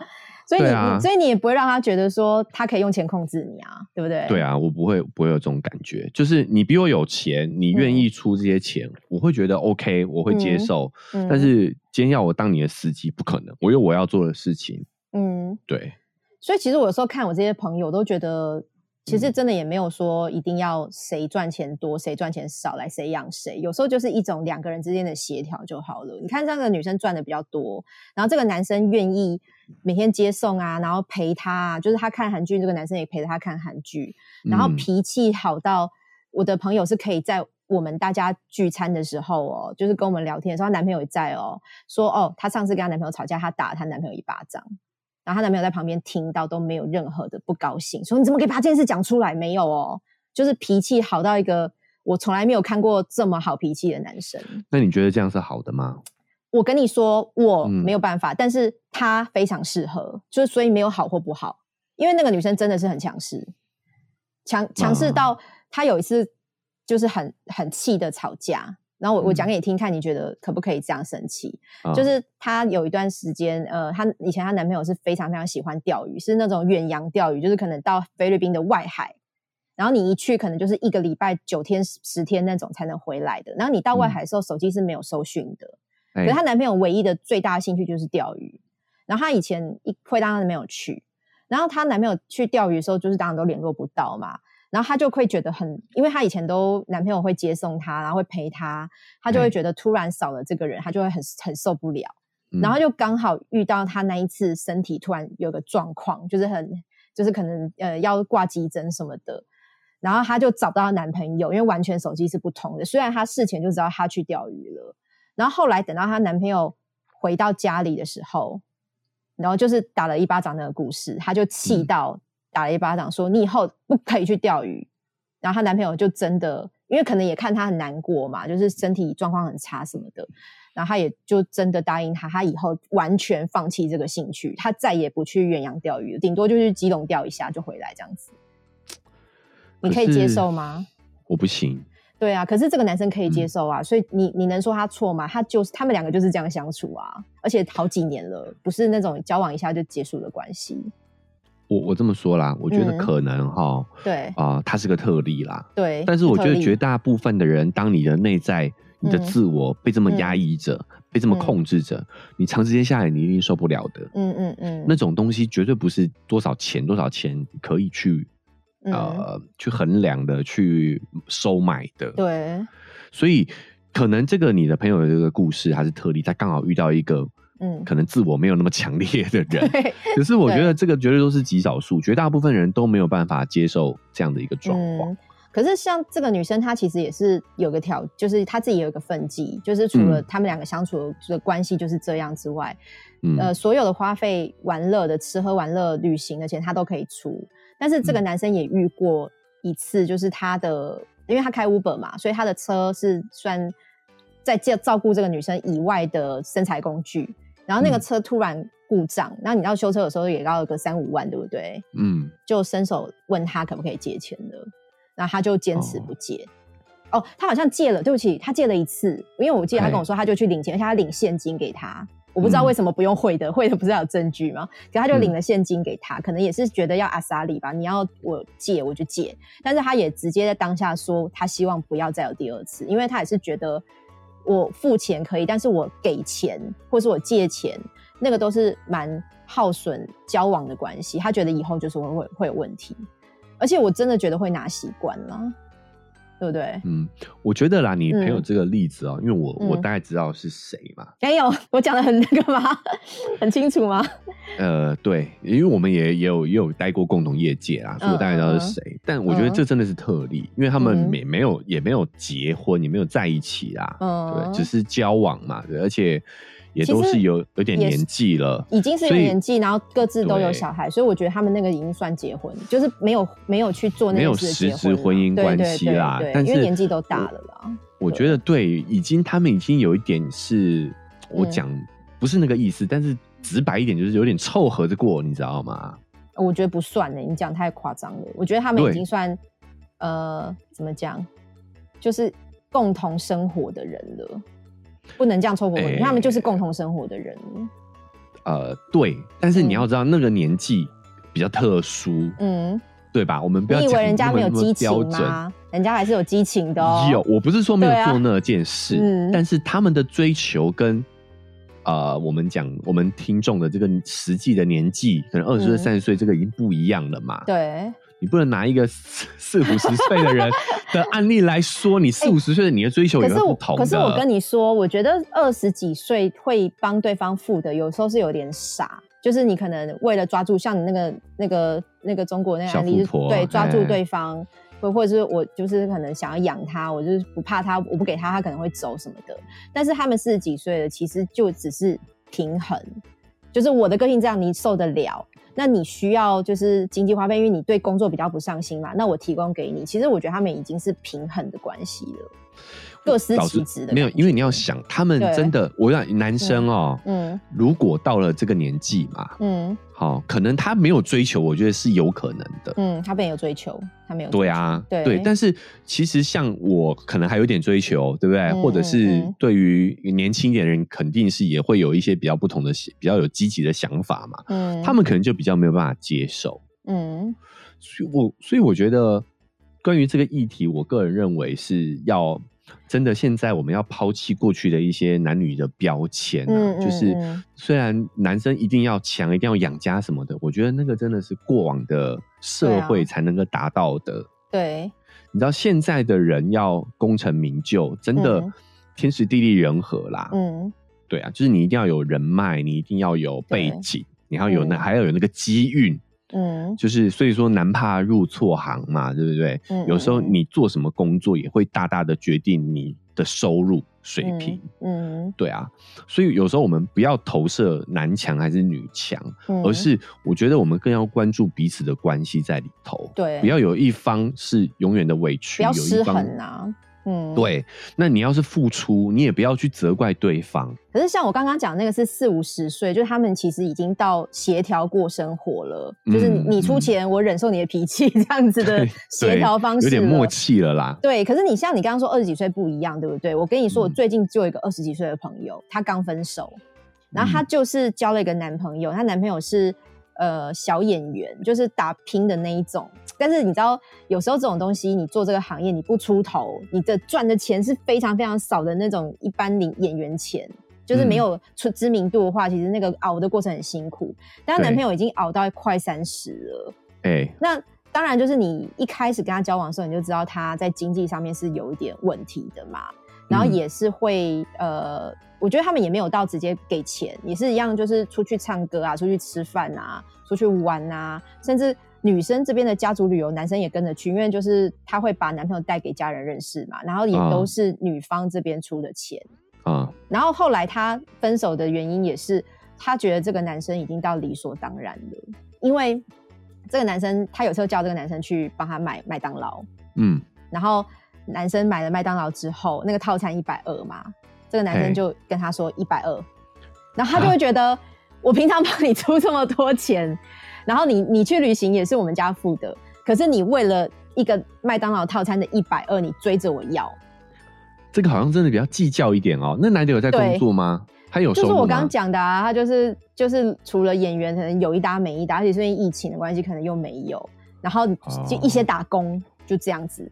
A: 所以你、
B: 对啊
A: 你所以你也不会让他觉得说他可以用钱控制你啊，对不对？
B: 对
A: 啊，
B: 啊，我不会不会有这种感觉，就是你比我有钱，你愿意出这些钱，我会觉得 OK，我会接
A: 嗯
B: 受。
A: 嗯
B: 但是今天要我当你的司机，不可能，我有我要做的事情。
A: 嗯，
B: 对，
A: 所以其实我有时候看我这些朋友，我都觉得其
B: 嗯
A: 实真的也没有说一定要谁赚钱多，谁赚钱少来谁养谁，有时候就是一种两个人之间的协调就好了。你看这个女生赚的比较多，然后这个男生愿意每天接送啊，然后陪她啊，就是她看韩剧，这个男生也陪她看韩剧，然后
B: 嗯
A: 脾气好到我的朋友是可以在。我们大家聚餐的时候哦，就是跟我们聊天的时候，她男朋友也在哦，说哦，她上次跟她男朋友吵架，她打了她男朋友一巴掌，然后她男朋友在旁边听到都没有任何的不高兴，说你怎么可以把这件事讲出来？没有哦，就是脾气好到一个我从来没有看过这么好脾气的男生。
B: 那你觉得这样是好的吗？
A: 我跟你说，我
B: 嗯
A: 没有办法，但是他非常适合，就是所以没有好或不好，因为那个女生真的是很强势，强强势
B: 啊
A: 到她有一次就是很很气的吵架，然后我
B: 嗯
A: 我讲给你听，看你觉得可不可以这样生气？
B: 啊
A: 就是她有一段时间，呃，她以前她男朋友是非常非常喜欢钓鱼，是那种远洋钓鱼，就是可能到菲律宾的外海，然后你一去可能就是一个礼拜九天十十天那种才能回来的，然后你到外
B: 嗯
A: 海的时候，手机是没有收讯的。
B: 哎
A: 可是她男朋友唯一的最大的兴趣就是钓鱼，然后她以前一会当然没有去，然后她男朋友去钓鱼的时候，就是当然都联络不到嘛，然后她就会觉得很，因为她以前都男朋友会接送她，然后会陪她，她就
B: 哎
A: 会觉得突然少了这个人，她就会很很受不了，
B: 嗯
A: 然后就刚好遇到她那一次身体突然有个状况，就是很就是可能呃要挂急诊什么的。然后她就找不到她男朋友，因为完全手机是不通的。虽然她事前就知道她去钓鱼了，然后后来等到她男朋友回到家里的时候，然后就是打了一巴掌那个故事，她就气
B: 嗯
A: 到打了一巴掌说，你以后不可以去钓鱼。然后她男朋友就真的，因为可能也看她很难过嘛，就是身体状况很差什么的，然后她也就真的答应她，她以后完全放弃这个兴趣，她再也不去远洋钓鱼了，顶多就去基隆钓一下就回来这样子。你可以接受吗？？
B: 是我不行，
A: 对啊，可是这个男生可以接
B: 嗯
A: 受啊，所以你你能说他错吗？他就是他们两个就是这样相处啊，而且好几年了，不是那种交往一下就结束的关系。
B: 我我这么说啦，我觉得
A: 嗯
B: 可能哈
A: 对
B: 啊、他是个特例啦。
A: 对，
B: 但是我觉
A: 特
B: 得
A: 例
B: 绝大部分的人，当你的内在、你的
A: 嗯
B: 自我被这么压
A: 嗯
B: 抑着、被这么
A: 嗯
B: 控制着，你长时间下来，你一定受不了的。
A: 嗯嗯嗯，
B: 那种东西绝对不是多少钱多少钱可以去、
A: 嗯
B: 呃去衡量的、去收买的。，
A: 对，
B: 所以可能这个你的朋友的这个故事，他是特例，他刚好遇到一个
A: 嗯，
B: 可能自我没有那么强烈的人。
A: 对，
B: 可是我觉
A: 对
B: 得这个绝对都是极少数，绝大部分人都没有办法接受这样的一个状况。
A: 嗯。可是像这个女生，她其实也是有个条，就是她自己有一个分际，就是除了
B: 嗯
A: 他们两个相处的关系就是这样之外，
B: 嗯，
A: 呃，所有的花费、玩乐的、吃喝玩乐、旅行的钱，他都可以出。但是这个
B: 嗯
A: 男生也遇过一次，就是他的，因为他开 Uber 嘛，所以他的车是算在照照顾这个女生以外的身材工具。然后那个
B: 嗯
A: 车突然故障，那、你要修车的时候也要个三五万，对不对？
B: 嗯，
A: 就伸手问他可不可以借钱了，然后他就坚持
B: 哦
A: 不借。哦他好像借了，对不起，他借了一次，因为我记得他跟我
B: 嘿
A: 说，他就去领钱，而且他领现金给他。我不知道
B: 嗯
A: 为什么不用汇的， 汇的不是要有证据吗？可他就
B: 嗯
A: 领了现金给他，可能也是觉得要阿萨里吧，你要我借我就借，但是他也直接在当下说，他希望不要再有第二次，因为他也是觉得我付钱可以，但是我给钱或是我借钱，那个都是蛮耗损交往的关系。他觉得以后就是会会会有问题，而且我真的觉得会拿习惯了，对不对？
B: 嗯，我觉得啦，你朋友
A: 嗯
B: 这个例子哦，因为我我
A: 嗯
B: 大概知道是谁嘛，
A: 没有，我讲的很那个吗？ 很清楚吗？
B: 呃，对，因为我们也也有也有待过共同业界啦，所以我大概知道是谁。但我觉得这真的是特例，因为他们
A: 嗯
B: 也没有也没有结婚，也没有在一起啦，
A: 嗯，
B: 对，只是交往嘛，对，而且也
A: 其
B: 都
A: 实
B: 是有有点
A: 也
B: 年
A: 是
B: 纪了，
A: 已经是有
B: 所以
A: 年纪，然后各自都有
B: 对
A: 小孩，所以我觉得他们那个已经算结婚，就是没有没有去做那
B: 没有
A: 件事的
B: 实
A: 结
B: 质
A: 婚
B: 婚
A: 啦
B: 姻
A: 对
B: 关
A: 对
B: 系
A: 对
B: 啦
A: 对。
B: 但
A: 因
B: 是
A: 为年纪都大了啦。
B: 我觉得对，已经他们已经有一点是，我
A: 嗯
B: 讲、不是那个意思，但是直白一点就是有点凑合着过，你知道吗？
A: 我觉得不算呢、你讲太夸张了。我觉得他们
B: 对
A: 已经算呃，怎么讲，就是共同生活的人了，不能这样凑合、
B: 哎
A: 他们就是共同生活的人。
B: 呃，对，但是你
A: 嗯
B: 要知道那个年纪比较特殊，
A: 嗯，
B: 对吧？我们不要
A: 你以
B: 讲
A: 为人家
B: 那么
A: 没有
B: 那
A: 激
B: 么标
A: 情
B: 准。
A: 吗？人家还是有激情的哦。
B: 有，我不是说没有
A: 对啊
B: 做那件事，
A: 嗯
B: 但是他们的追求跟呃，我们讲我们听众的这个实际的年纪，可能二十岁、
A: 嗯
B: 三十岁，这个已经不一样了嘛。
A: 对，
B: 你不能拿一个四 四五十岁的人的案例来说，你四五十岁的你的追求
A: 哎可
B: 也会
A: 是
B: 不
A: 我，
B: 同的。啊
A: 可是我跟你说，我觉得二十几岁会帮对方付的，有时候是有点傻。就是你可能为了抓住像你那个那个那个中国那个
B: 小
A: 案例，
B: 富婆
A: 对，抓住
B: 哎
A: 对方，或或者是我就是可能想要养它，我就是不怕它，我不给它，它可能会走什么的。但是他们四十几岁了，其实就只是平衡，就是我的个性这样，你受得了。那你需要就是经济花费，因为你对工作比较不上心嘛。那我提供给你，其实我觉得他们已经是平衡的关系了，各司
B: 老
A: 其
B: 师
A: 职的。
B: 没有，因为你要，想，他们
A: 对
B: 真的，我想男生哦，
A: 嗯
B: 如果到了这个年纪嘛，
A: 嗯
B: 好、可能他没有追求，我觉得是有可能的。
A: 嗯，他们有追求，他们有追
B: 对啊，
A: 对
B: 但是其实像我可能还有点追求，对不对？
A: 嗯
B: 或者是
A: 嗯嗯
B: 对于年轻一点的人，肯定是也会有一些比较不同的、比较有积极的想法嘛。
A: 嗯，
B: 他们可能就比较没有办法接受，
A: 嗯
B: 所以我所以我觉得关于这个议题，我个人认为是要真的现在我们要抛弃过去的一些男女的标签、啊，
A: 嗯嗯
B: 就是
A: 嗯
B: 虽然男生一定要强，一定要养家什么的，我觉得那个真的是过往的社
A: 对
B: 会
A: 啊
B: 才能够达到的。
A: 对，
B: 你知道现在的人要功成名就，真的
A: 嗯
B: 天时地利人和啦。
A: 嗯
B: 对啊，就是你一定要有人脉，你一定要有背
A: 对
B: 景，你要有那、
A: 嗯
B: 还要有那个机运。
A: 嗯
B: 就是所以说男怕入错行嘛，对不对？
A: 嗯
B: 有时候
A: 嗯嗯
B: 你做什么工作也会大大的决定你的收入水平。
A: 嗯
B: 对啊，所以有时候我们不要投射男强还是女强，
A: 嗯，
B: 而是我觉得我们更要关注彼此的关系在里头，
A: 对
B: 不要有一方是永远的委屈，
A: 不要
B: 有一
A: 失
B: 方
A: 衡啊。嗯，。
B: 对，那你要是付出，你也不要去责怪对方。
A: 可是像我刚刚讲那个是四五十岁，就是他们其实已经到协调过生活了，就是
B: 嗯
A: 你出钱，我忍受你的脾气 这样子的
B: 对
A: 协调方式
B: 有
A: 了，
B: 点默契了啦。
A: 对，可是你像你刚刚说二十几岁不一样，对不对？我跟你说，我
B: 嗯
A: 最近就有一个二十几岁的朋友，她刚分手，然后她
B: 嗯
A: 就是交了一个男朋友，她男朋友是呃小演员，就是打拼的那一种。但是你知道，有时候这种东西，你做这个行业你不出头，你的赚的钱是非常非常少的那种一般领演员钱。就是没
B: 嗯
A: 有出知名度的话，其实那个熬的过程很辛苦。但她男
B: 对
A: 朋友已经熬到快三十了，
B: 哎、
A: 那当然，就是你一开始跟他交往的时候，你就知道他在经济上面是有一点问题的嘛，然后
B: 嗯
A: 也是会、呃，我觉得他们也没有到直接给钱，也是一样，就是出去唱歌啊，出去吃饭啊，出去玩啊，甚至女生这边的家族旅游，男生也跟着去，因为就是他会把男朋友带给家人认识嘛，然后也都
B: 啊
A: 是女方这边出的钱。
B: 啊，
A: 然后后来她分手的原因也是，她觉得这个男生已经到理所当然了，因为这个男生她有时候叫这个男生去帮她买麦当劳，
B: 嗯，
A: 然后男生买了麦当劳之后，那个套餐一百二嘛，这个男
B: 嘿
A: 生就跟她说一百二，然后她就会觉得、我平常帮你出这么多钱，然后你你去旅行也是我们家付的，可是你为了一个麦当劳套餐的一百二，你追着我要，
B: 这个好像真的比较计较一点哦。那男的有在工
A: 对
B: 作吗？他有
A: 就
B: 收入
A: 是
B: 吗？
A: 我刚刚讲的啊，他就是就是除了演员，可能有一搭没一搭，而且是因为疫情的关系，可能又没有，然后就一些打工、就这样子。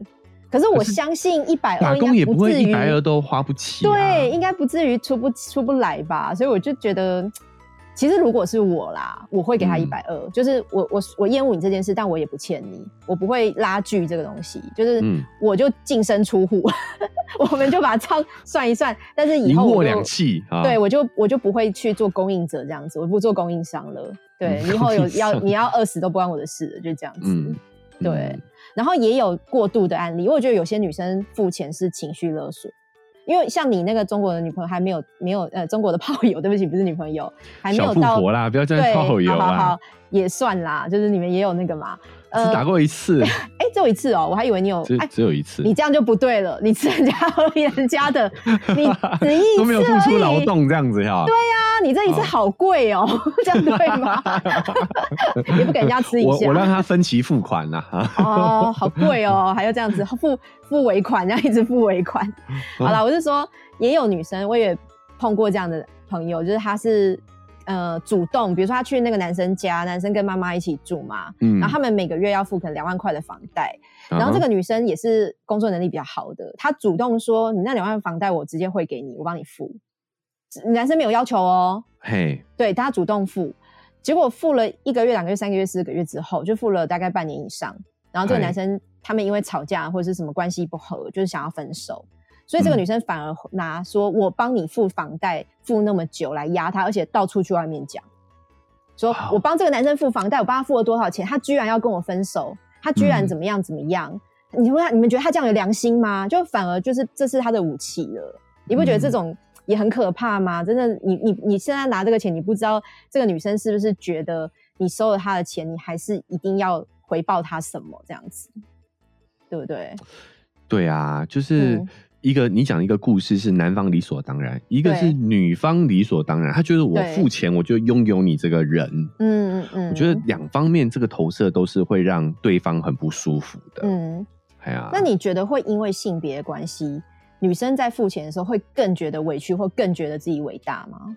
A: 可是我
B: 哦可是
A: 相信一百
B: 打
A: 二
B: 工也不会
A: 至
B: 一
A: 于
B: 百二都花不起、啊。
A: 对，应该不至于出不出不来吧？所以我就觉得，其实如果是我啦，我会给他一
B: 嗯
A: 百二，就是我我我厌恶你这件事，但我也不欠你，我不会拉锯这个东西，就是
B: 嗯
A: 我就净身出户， 我们就把账 算一算，但是以
B: 一
A: 后我
B: 握
A: 就
B: 两气啊。
A: 对，我就我就不会去做供应者这样子，我不做供应商了。对，
B: 嗯
A: 以后有
B: 供应
A: 要
B: 商
A: 你要饿死都不关我的事了，就这样子。
B: 嗯，
A: 对
B: 嗯
A: 然后也有过度的案例，因为我觉得有些女生付钱是情绪勒索，因为像你那个中国的女朋友还没有没有呃中国的炮友，对不起，不是女朋友，还没
B: 小
A: 有
B: 富
A: 到
B: 婆啦，不要这样
A: 对，
B: 泡友啊
A: 好好
B: 啦
A: 好，，也算啦，就是你们也有那个嘛。呃
B: 只打过一次，
A: 哎，只有一次哦，我还以为你有
B: 只
A: 哎。
B: 只有一次，
A: 你这样就不对了，你吃人家 喝人家的， 你只一
B: 都没有
A: 次
B: 付
A: 而
B: 出
A: 已
B: 劳动这样子哈。对
A: 啊，你这一次
B: 哦
A: 好贵哦， 这样对 吗？也不给人家吃一
B: 我
A: 下，
B: 我让他分期付款啦、啊。
A: 哦，好贵 哦，还要这样子付付尾款，这样一直付尾款。
B: 嗯
A: 好啦，我是说，也有女生，我也碰过这样的朋友，就是她是呃主动，比如说她去那个男生家，男生跟妈妈一起住嘛，
B: 嗯
A: 然后他们每个月要付可能两万块的房贷，
B: 嗯哼
A: 然后这个女生也是工作能力比较好的，她主动说：“你那两万房贷我直接汇给你，我帮你付。”男生没有要求哦，
B: 嘿，
A: 对，他主动付，结果付了一个月、两个月、三个月、四个月之后，就付了大概半年以上。然后这个
B: 哎
A: 男生他们因为吵架或者是什么关系不和，就是想要分手，所以这个
B: 嗯
A: 女生反而拿说我帮你付房贷付那么久来压他，而且到处去外面讲，说
B: 哇哦
A: 我帮这个男生付房贷，我帮他付了多少钱，他居然要跟我分手，他居然
B: 嗯
A: 怎么样怎么样。你说他，你们觉得他这样有良心吗？就反而就是这是他的武器了，你不觉得
B: 嗯
A: 这种也很可怕吗？真的，你你你现在拿这个钱，你不知道这个女生是不是觉得你收了她的钱，你还是一定要回报她什么这样子，对不对？
B: 对啊，就是
A: 嗯
B: 一个、你讲一个故事是男方理所当然，一个
A: 对
B: 是女方理所当然，他觉得我
A: 对
B: 付钱我就拥有你这个人。
A: 嗯嗯嗯，
B: 我觉得两方面这个投射都是会让对方很不舒服的。
A: 嗯，
B: 哎呀，
A: 那你觉得会因为性别的关系，女生在付钱的时候会更觉得委屈，或更觉得自己伟大吗？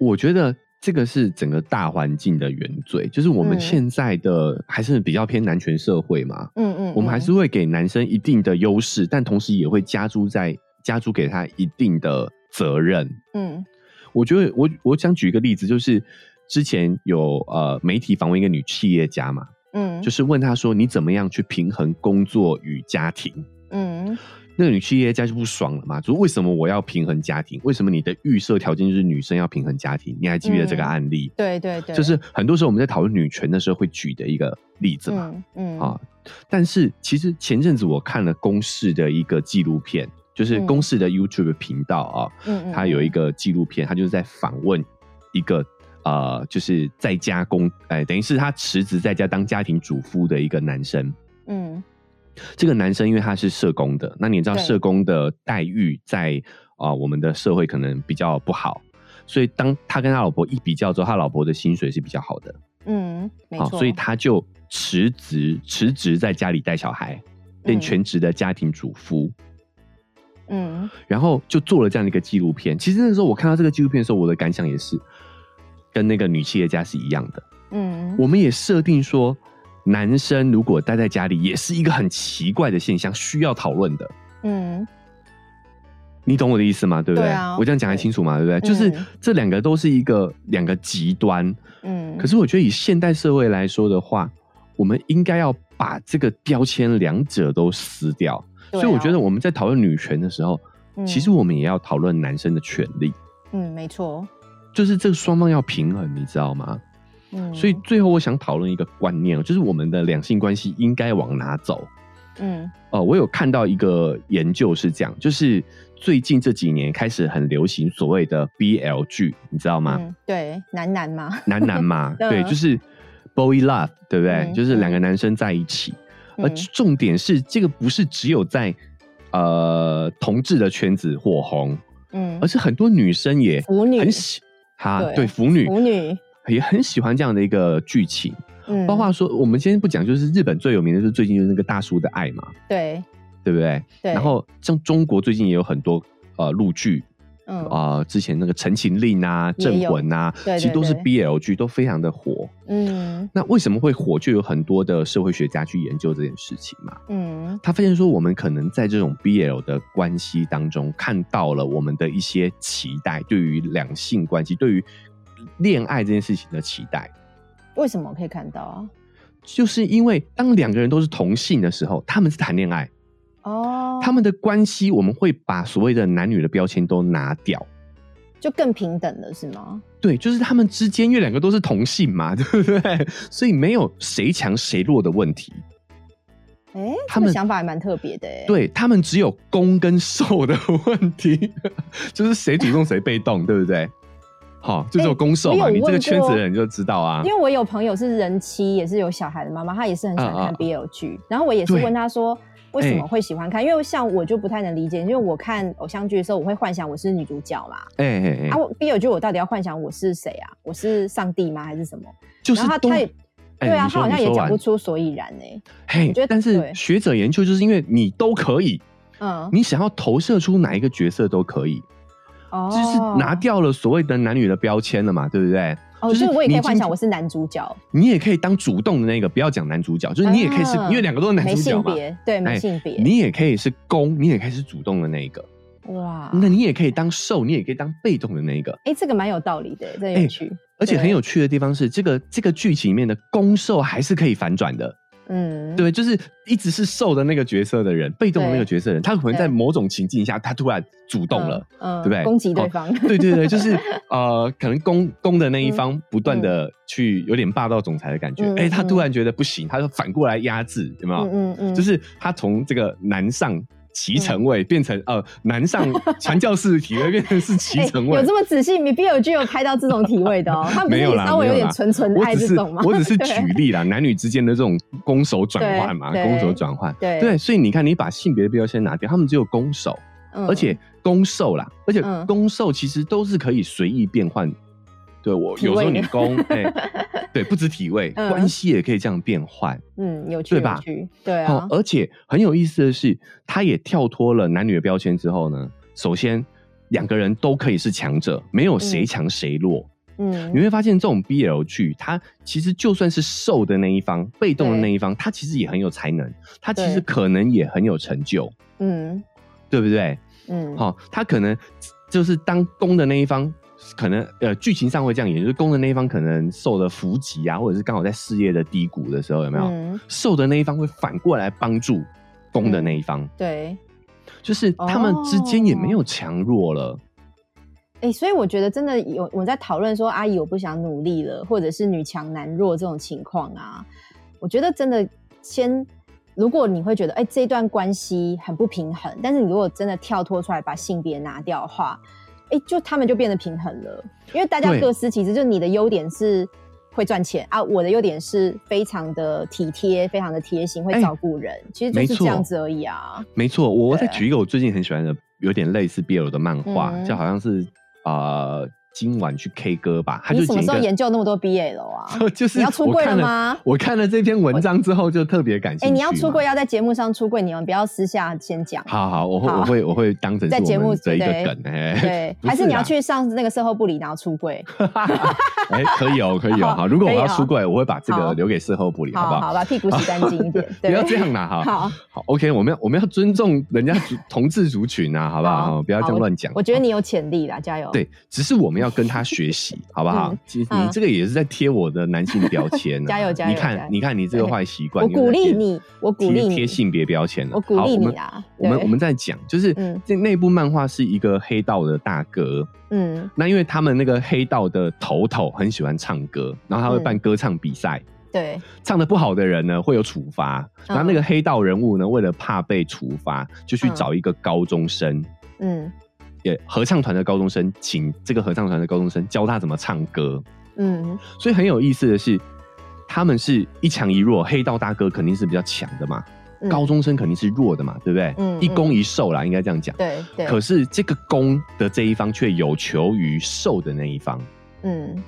B: 我觉得这个是整个大环境的原罪，就是我们
A: 嗯
B: 现在的还是比较偏男权社会嘛，
A: 嗯嗯，
B: 我们还
A: 嗯
B: 是会给男生一定的优势，但同时也会加诸在加诸给他一定的责任。
A: 嗯
B: 我觉得我我想举一个例子，就是之前有呃媒体访问一个女企业家嘛，
A: 嗯，
B: 就是问她说你怎么样去平衡工作与家庭？
A: 嗯
B: 那个女企业家就不爽了嘛，就是为什么我要平衡家庭？为什么你的预设条件就是女生要平衡家庭？你还记不记得这个
A: 嗯
B: 案例？
A: 对对对，
B: 就是很多时候我们在讨论女权的时候会举的一个例子嘛。
A: 嗯嗯
B: 啊，但是其实前阵子我看了公视的一个纪录片，就是
A: 嗯
B: 公视的 YouTube 频道啊，
A: 嗯，
B: 它有一
A: 个
B: 个纪录片，它就是在访问一个呃，就是在家工，哎、等于是他辞职在家当家庭主夫的一个男生。
A: 嗯
B: 这个男生因为他是社工的，那你也知道
A: 对
B: 社工的待遇在啊、我们的社会可能比较不好，所以当他跟他老婆一比较之后，他老婆的薪水是比较好的，
A: 嗯，没
B: 好，
A: 错，
B: 哦所以他就辞职，辞职在家里带小孩，变
A: 嗯
B: 全职的家庭主夫，
A: 嗯
B: 然后就做了这样的一个纪录片。其实那时候我看到这个纪录片的时候，我的感想也是跟那个女企业家是一样的。
A: 嗯，
B: 我们也设定说，男生如果待在家里，也是一个很奇怪的现象，需要讨论的。
A: 嗯
B: 你懂我的意思吗？对不对？
A: 对啊
B: 我这样讲还清楚吗？对不对？
A: 嗯
B: 就是这两个都是一个两个极端，
A: 嗯，
B: 可是我觉得以现代社会来说的话，我们应该要把这个标签两者都撕掉。
A: 对
B: 所以我
A: 啊嗯
B: 觉得我们在讨论女权的时候，其实我们也要讨论男生的权利，
A: 嗯嗯没错，
B: 就是这个双方要平衡，你知道吗？
A: 嗯，
B: 所以最后我想讨论一个观念，哦就是我们的两性关系应该往哪走。
A: 嗯
B: 呃，我有看到一个研究是这样，就是最近这几年开始很流行所谓的 BL 剧，你知道吗？
A: 嗯对男男嘛，
B: 男男嘛，
A: 嗯
B: 对，就是 boy love，对不对？
A: 嗯
B: 就是两个男生在一起，
A: 嗯
B: 而呃重点是这个不是只有在呃同志的圈子火红，
A: 嗯
B: 而是很多女生也
A: 腐女
B: 很喜哈，
A: 对
B: 对腐女
A: 腐女，
B: 也很喜欢这样的一个剧情。
A: 嗯，
B: 包括说，我们今天不讲，就是日本最有名的，就是最近就是那个大叔的爱嘛，
A: 对
B: 对不对？
A: 对，
B: 然后像中国最近也有很多呃陆剧
A: 嗯
B: 啊，之前那个《陈情令》啊，《镇
A: 也有
B: 魂》啊，
A: 对对
B: 其实都是
A: 对
B: BL 剧，都非常的火。
A: 嗯
B: 那为什么会火？就有很多的社会学家去研究这件事情嘛。
A: 嗯
B: 他发现说，我们可能在这种 BL 的关系当中，看到了我们的一些期待，对于两性关系、对于恋爱这件事情的期待，
A: 为什么可以看到啊？
B: 就是因为当两个人都是同性的时候，他们是谈恋爱，
A: 哦，
B: 他们的关系，我们会把所谓的男女的标签都拿掉。
A: 就更平等了，是吗？
B: 对，就是他们之间，因为两个都是同性嘛，对不对？所以没有谁强谁弱的问题。
A: 哎、这个
B: 他们
A: 想法还蛮特别的、欸，，
B: 对他们只有攻跟受的问题，就是谁主动谁被动，对不对？好，就只有攻受嘛，
A: 我有
B: 你这个
A: 问
B: 圈子
A: 过
B: 的人就知道啊
A: 因。为哎我有朋友是人妻，也是有小孩的妈妈，她也是很喜欢
B: 啊啊啊
A: 看 BL 剧，然后我也是
B: 对
A: 问她说。为什
B: 哎
A: 么会喜欢看？因为像我就不太能理解，因为我看偶像剧的时候，我会幻想我是女主角嘛。
B: 哎哎哎
A: 啊，，我 BL 剧我到底要幻想我是谁啊？我是上帝吗？还是什么？
B: 就是
A: 然后
B: 都
A: 他他也
B: 哎
A: 对啊，
B: 你
A: 他
B: 说
A: 好像
B: 你
A: 也
B: 说
A: 讲
B: 完
A: 不出所以然呢、
B: 嘿
A: 我觉得，
B: 但是
A: 对
B: 学者研究就是因为你都可以，
A: 嗯，
B: 你想要投射出哪一个角色都可以，
A: 哦，
B: 就是拿掉了所谓的男女的标签了嘛，对不对？
A: 哦，
B: 就是
A: 就是我也可
B: 你
A: 以幻
B: 今
A: 想我是男主角，
B: 你也可以当主动的那个，不要讲男主角，就是你也可以是，
A: 啊
B: 因为两个都是男
A: 没
B: 主角
A: 性
B: 嘛，
A: 别，对，
B: 哎
A: 没性别。
B: 你也可以是攻，你也可以是主动的那一个。
A: 哇，
B: 那你也可以当受，你也可以当被动的那一个。
A: 哎、这个蛮有道理的，这
B: 哎
A: 有趣。
B: 而且
A: 对
B: 很有趣的地方是，这个这个剧情里面的攻受还是可以反转的。
A: 嗯，
B: 对，就是一直是受的那个角色的人，被动的那个角色的人，他可能在某种情境下，他突然主动了，
A: 嗯，嗯
B: 对不对哦
A: 攻击对方，
B: 对对 对，就是呃，可能攻攻的那一方不断的去有点霸道总裁的感觉，
A: 嗯
B: 哎、他
A: 嗯
B: 突然觉得不行，他就反过来压制，有没有？
A: 嗯嗯嗯，
B: 啊就是他从这个男上骑乘位变成、呃男上传教士体位变成是骑
A: 哎
B: 乘位
A: 有，这么仔细？你 B 友就有拍到这种体位 的哦，他们不
B: 没
A: 是
B: 有啦
A: 稍微有
B: 没有
A: 点
B: 啦
A: 纯纯
B: 我
A: 爱
B: 只
A: 这
B: 是
A: 种吗？
B: 我只是
A: 对
B: 举例啦，男女之间的这种攻守转换嘛，
A: 对
B: 攻守转换。
A: 对
B: 对，所以你看，你把性别的标签拿掉，他们只有攻守，
A: 嗯
B: 而且攻受啦，而且
A: 嗯
B: 攻受其实都是可以随意变换。对我
A: 体
B: 有时候
A: 位的
B: 你攻，哎、 对，不止体位，
A: 嗯
B: 关系也可以这样变换。
A: 嗯，有趣，
B: 对
A: 有
B: 吧哦呃
A: 趣，对
B: 好，
A: 啊，
B: 而且很有意思的是，他也跳脱了男女的标签之后呢，首先两个人都可以是强者，没有谁
A: 嗯
B: 强谁弱。
A: 嗯
B: 你会发现这种 BL 剧，它其实就算是受的那一方、被动的那一方，他其实也很有才能，他其
A: 对
B: 实可能也很有成就，
A: 嗯
B: 对不对？
A: 嗯，
B: 好、他可能就是当攻的那一方，可能呃剧情上会这样演，就是攻的那一方可能受了伏击啊，或者是刚好在事业的低谷的时候，有没有？
A: 嗯
B: 受的那一方会反过来帮助攻的那一方，
A: 对，
B: 就是他们之间也
A: 哦
B: 没有强弱了。
A: 哎、所以我觉得真的有我在讨论说，阿姨我不想努力了，或者是女强男弱这种情况啊，我觉得真的先。如果你会觉得，哎、这段关系很不平衡，但是你如果真的跳脱出来把性别拿掉的话，哎、就他们就变得平衡了，因为大家
B: 对
A: 各司其职，就你的优点是会赚钱啊，我的优点是非常的体贴，非常的贴心，会
B: 哎
A: 照顾人，其实就
B: 没
A: 是这样
B: 错
A: 子而已啊。
B: 没错，我再
A: 对
B: 举一个我最近很喜欢的，有点类似 BL 的漫画，
A: 嗯
B: 就好像是呃今晚去 K 歌吧，他就
A: 你什么
B: 剪一
A: 时候
B: 个，
A: 研究那么多 BL 啊？
B: 就是
A: 你要出
B: 我
A: 柜
B: 看
A: 了吗
B: 我看了这篇文章之后就特别感兴趣。
A: 哎、你要出柜？要在节目上出柜，你们不要私下先讲。
B: 好好，我会
A: 好
B: 我会我会当成是
A: 在节
B: 我
A: 目
B: 们的一个
A: 对
B: 梗，哎，
A: 对，
B: 不
A: 还是你要
B: 啦
A: 去上那个售后部里，然后出 柜。
B: 哎，可以哦，可以哦，
A: 好
B: 好，如果我
A: 可以
B: 要
A: 哦
B: 出柜，我会把这
A: 好
B: 个留给事后部里，
A: 好
B: 不好？
A: 好把屁股洗干净一点
B: 。不
A: 对，
B: 要这样啦，哈。
A: 好，
B: 好，OK，我们要我们要尊重人家族同志族群啊，好不好？
A: 好
B: 哈不要这
A: 好
B: 样乱讲。
A: 我觉得你有潜力啦，加油。，
B: 哎对，只是我们要跟他学习，好不好
A: 嗯？
B: 其实
A: 嗯
B: 你这个也是在贴我的男性标签 啊、
A: 加油加油
B: 你
A: 加油
B: 看，你看你这个坏习惯，
A: 我鼓励
B: 又在
A: 你，我
B: 贴
A: 鼓励
B: 贴贴
A: 你，
B: 性别标签了。
A: 我鼓
B: 好
A: 励
B: 我
A: 你
B: 们
A: 啦。
B: 我们
A: 对
B: 我们在讲，就是
A: 嗯
B: 这那部漫画是一个黑道的大哥，
A: 嗯，
B: 那因为他们那个黑道的头头很喜欢唱歌，然后他会
A: 嗯
B: 办歌唱比赛，
A: 对，
B: 唱的不好的人呢会有处罚，然后那个黑道人物呢为了怕被处罚，就去
A: 嗯
B: 找一个高中生，
A: 嗯
B: 也合唱团的高中生，请这个合唱团的高中生教他怎么唱歌。
A: 嗯
B: 所以很有意思的是，他们是一强一弱，黑道大哥肯定是比较强的嘛，
A: 嗯，
B: 高中生肯定是弱的嘛，对不对？
A: 嗯
B: 一攻一受啦，应该这样讲。
A: 对对，
B: 可是这个攻的这一方却有求于受的那一方，
A: 嗯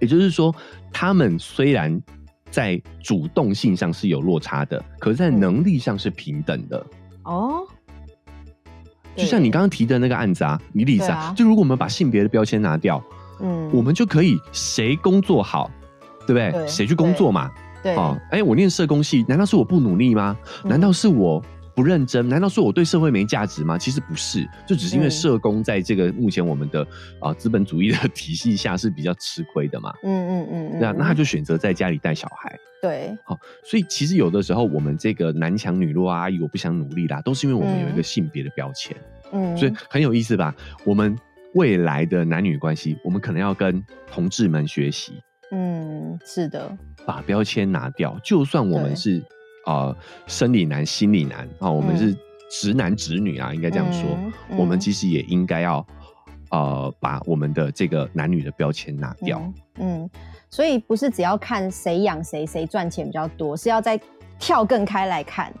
B: 也就是说，他们虽然在主动性上是有落差的，可是在
A: 嗯
B: 能力上是平等的。
A: 哦，
B: 就像你刚刚提的那个案子啊，你例子
A: 嗯对
B: 啊
A: 啊，
B: 就如果我们把性别的标签拿掉，
A: 对，嗯
B: 我们就可以谁工作好，对不
A: 对
B: 对？谁去工作嘛？
A: 对，
B: 哦，哎、我念社工系，难道是我不努力吗？
A: 嗯
B: 难道是我不认真？难道是我对社会没价值吗？其实不是，就只是因为
A: 嗯
B: 社工在这个目前我们的啊资、本主义的体系下是比较吃亏的嘛。
A: 嗯嗯嗯嗯，
B: 那啊那他
A: 就
B: 就选择在家里带小孩，
A: 对，
B: 所以其实有的时候我们这个男强女弱啊，阿姨我不想努力啦，都是因为我们有一个
A: 嗯
B: 性别的标签。
A: 嗯，
B: 所以很有意思吧？我们未来的男女关系，我们可能要跟同志们学习，
A: 嗯是的，
B: 把标签拿掉。就算我
A: 对
B: 们是啊、呃生理男、心理男啊、我们
A: 嗯
B: 是直男直女啊，应该这样说，
A: 嗯
B: 我们
A: 嗯
B: 其实也应该要呃把我们的这个男女的标签拿掉。
A: 嗯。嗯，所以不是只要看谁养谁，谁赚钱比较多，是要再跳更开来看，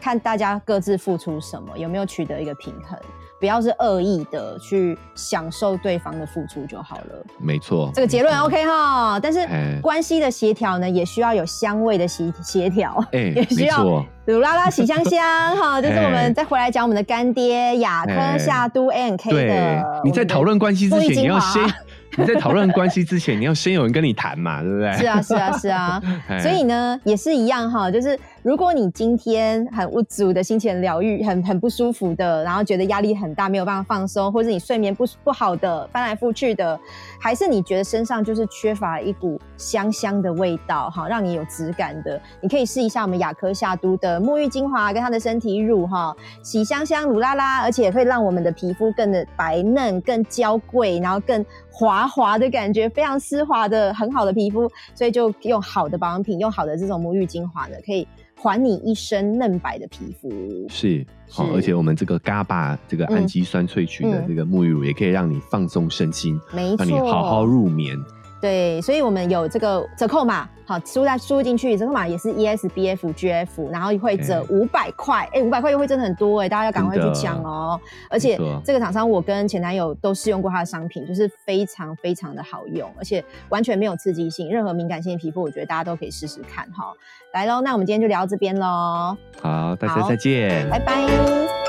A: 看大家各自付出什么，有没有取得一个平衡，不要是恶意的去享受对方的付出就好了。
B: 没错，
A: 这个结论
B: 没错。
A: OK 哈，但是
B: 嗯哎
A: 关系的协调呢，也需要有香味的协协调。
B: 哎、
A: 也需
B: 没
A: 要
B: 错，
A: 鲁拉拉喜香 香哈，就是我
B: 哎
A: 们再回来讲我们的干爹雅
B: 哎
A: 科夏都 N K
B: 对
A: 的。，
B: 你在讨论关系之
A: 沐浴
B: 前，你
A: 精
B: 要
A: 华
B: 先， 你在讨论关系之前，你要先有人跟你谈嘛，对不对？
A: 是啊，是啊，是啊。
B: 哎
A: 所以呢，也是一样哈，就是如果你今天很不足的心情疗愈，很很不舒服的，然后觉得压力很大，没有办法放松，或者你睡眠不不好的，翻来覆去的，还是你觉得身上就是缺乏一股香香的味道，哈，让你有质感的，你可以试一下我们雅科夏都的沐浴精华跟它的身体乳，哈，洗香香乳啦啦，而且也会让我们的皮肤更的白嫩、更娇贵，然后更滑滑的感觉，非常丝滑的很好的皮肤，所以就用好的保养品，用好的这种沐浴精华呢，可以还你一身嫩白的皮肤。
B: 是好、
A: 是
B: 而且我们这个 GABA 这个氨基酸萃取的
A: 嗯
B: 这个沐浴乳，也可以让你放松身心，
A: 没错，
B: 让你好好入眠。
A: 对，所以我们有这个折扣码，好输在输入进去，折扣码也是 E ESBFGF，然后会折五百块，哎，五百块优惠真的很多哎、大家要赶快去抢哦！而且
B: 没错
A: 这个厂商我跟前男友都试用过他的商品，就是非常非常的好用，而且完全没有刺激性，任何敏感性的皮肤，我觉得大家都可以试试看哈。来喽，那我们今天就聊到这边喽，
B: 好，大家
A: 好
B: 再见，
A: 拜拜。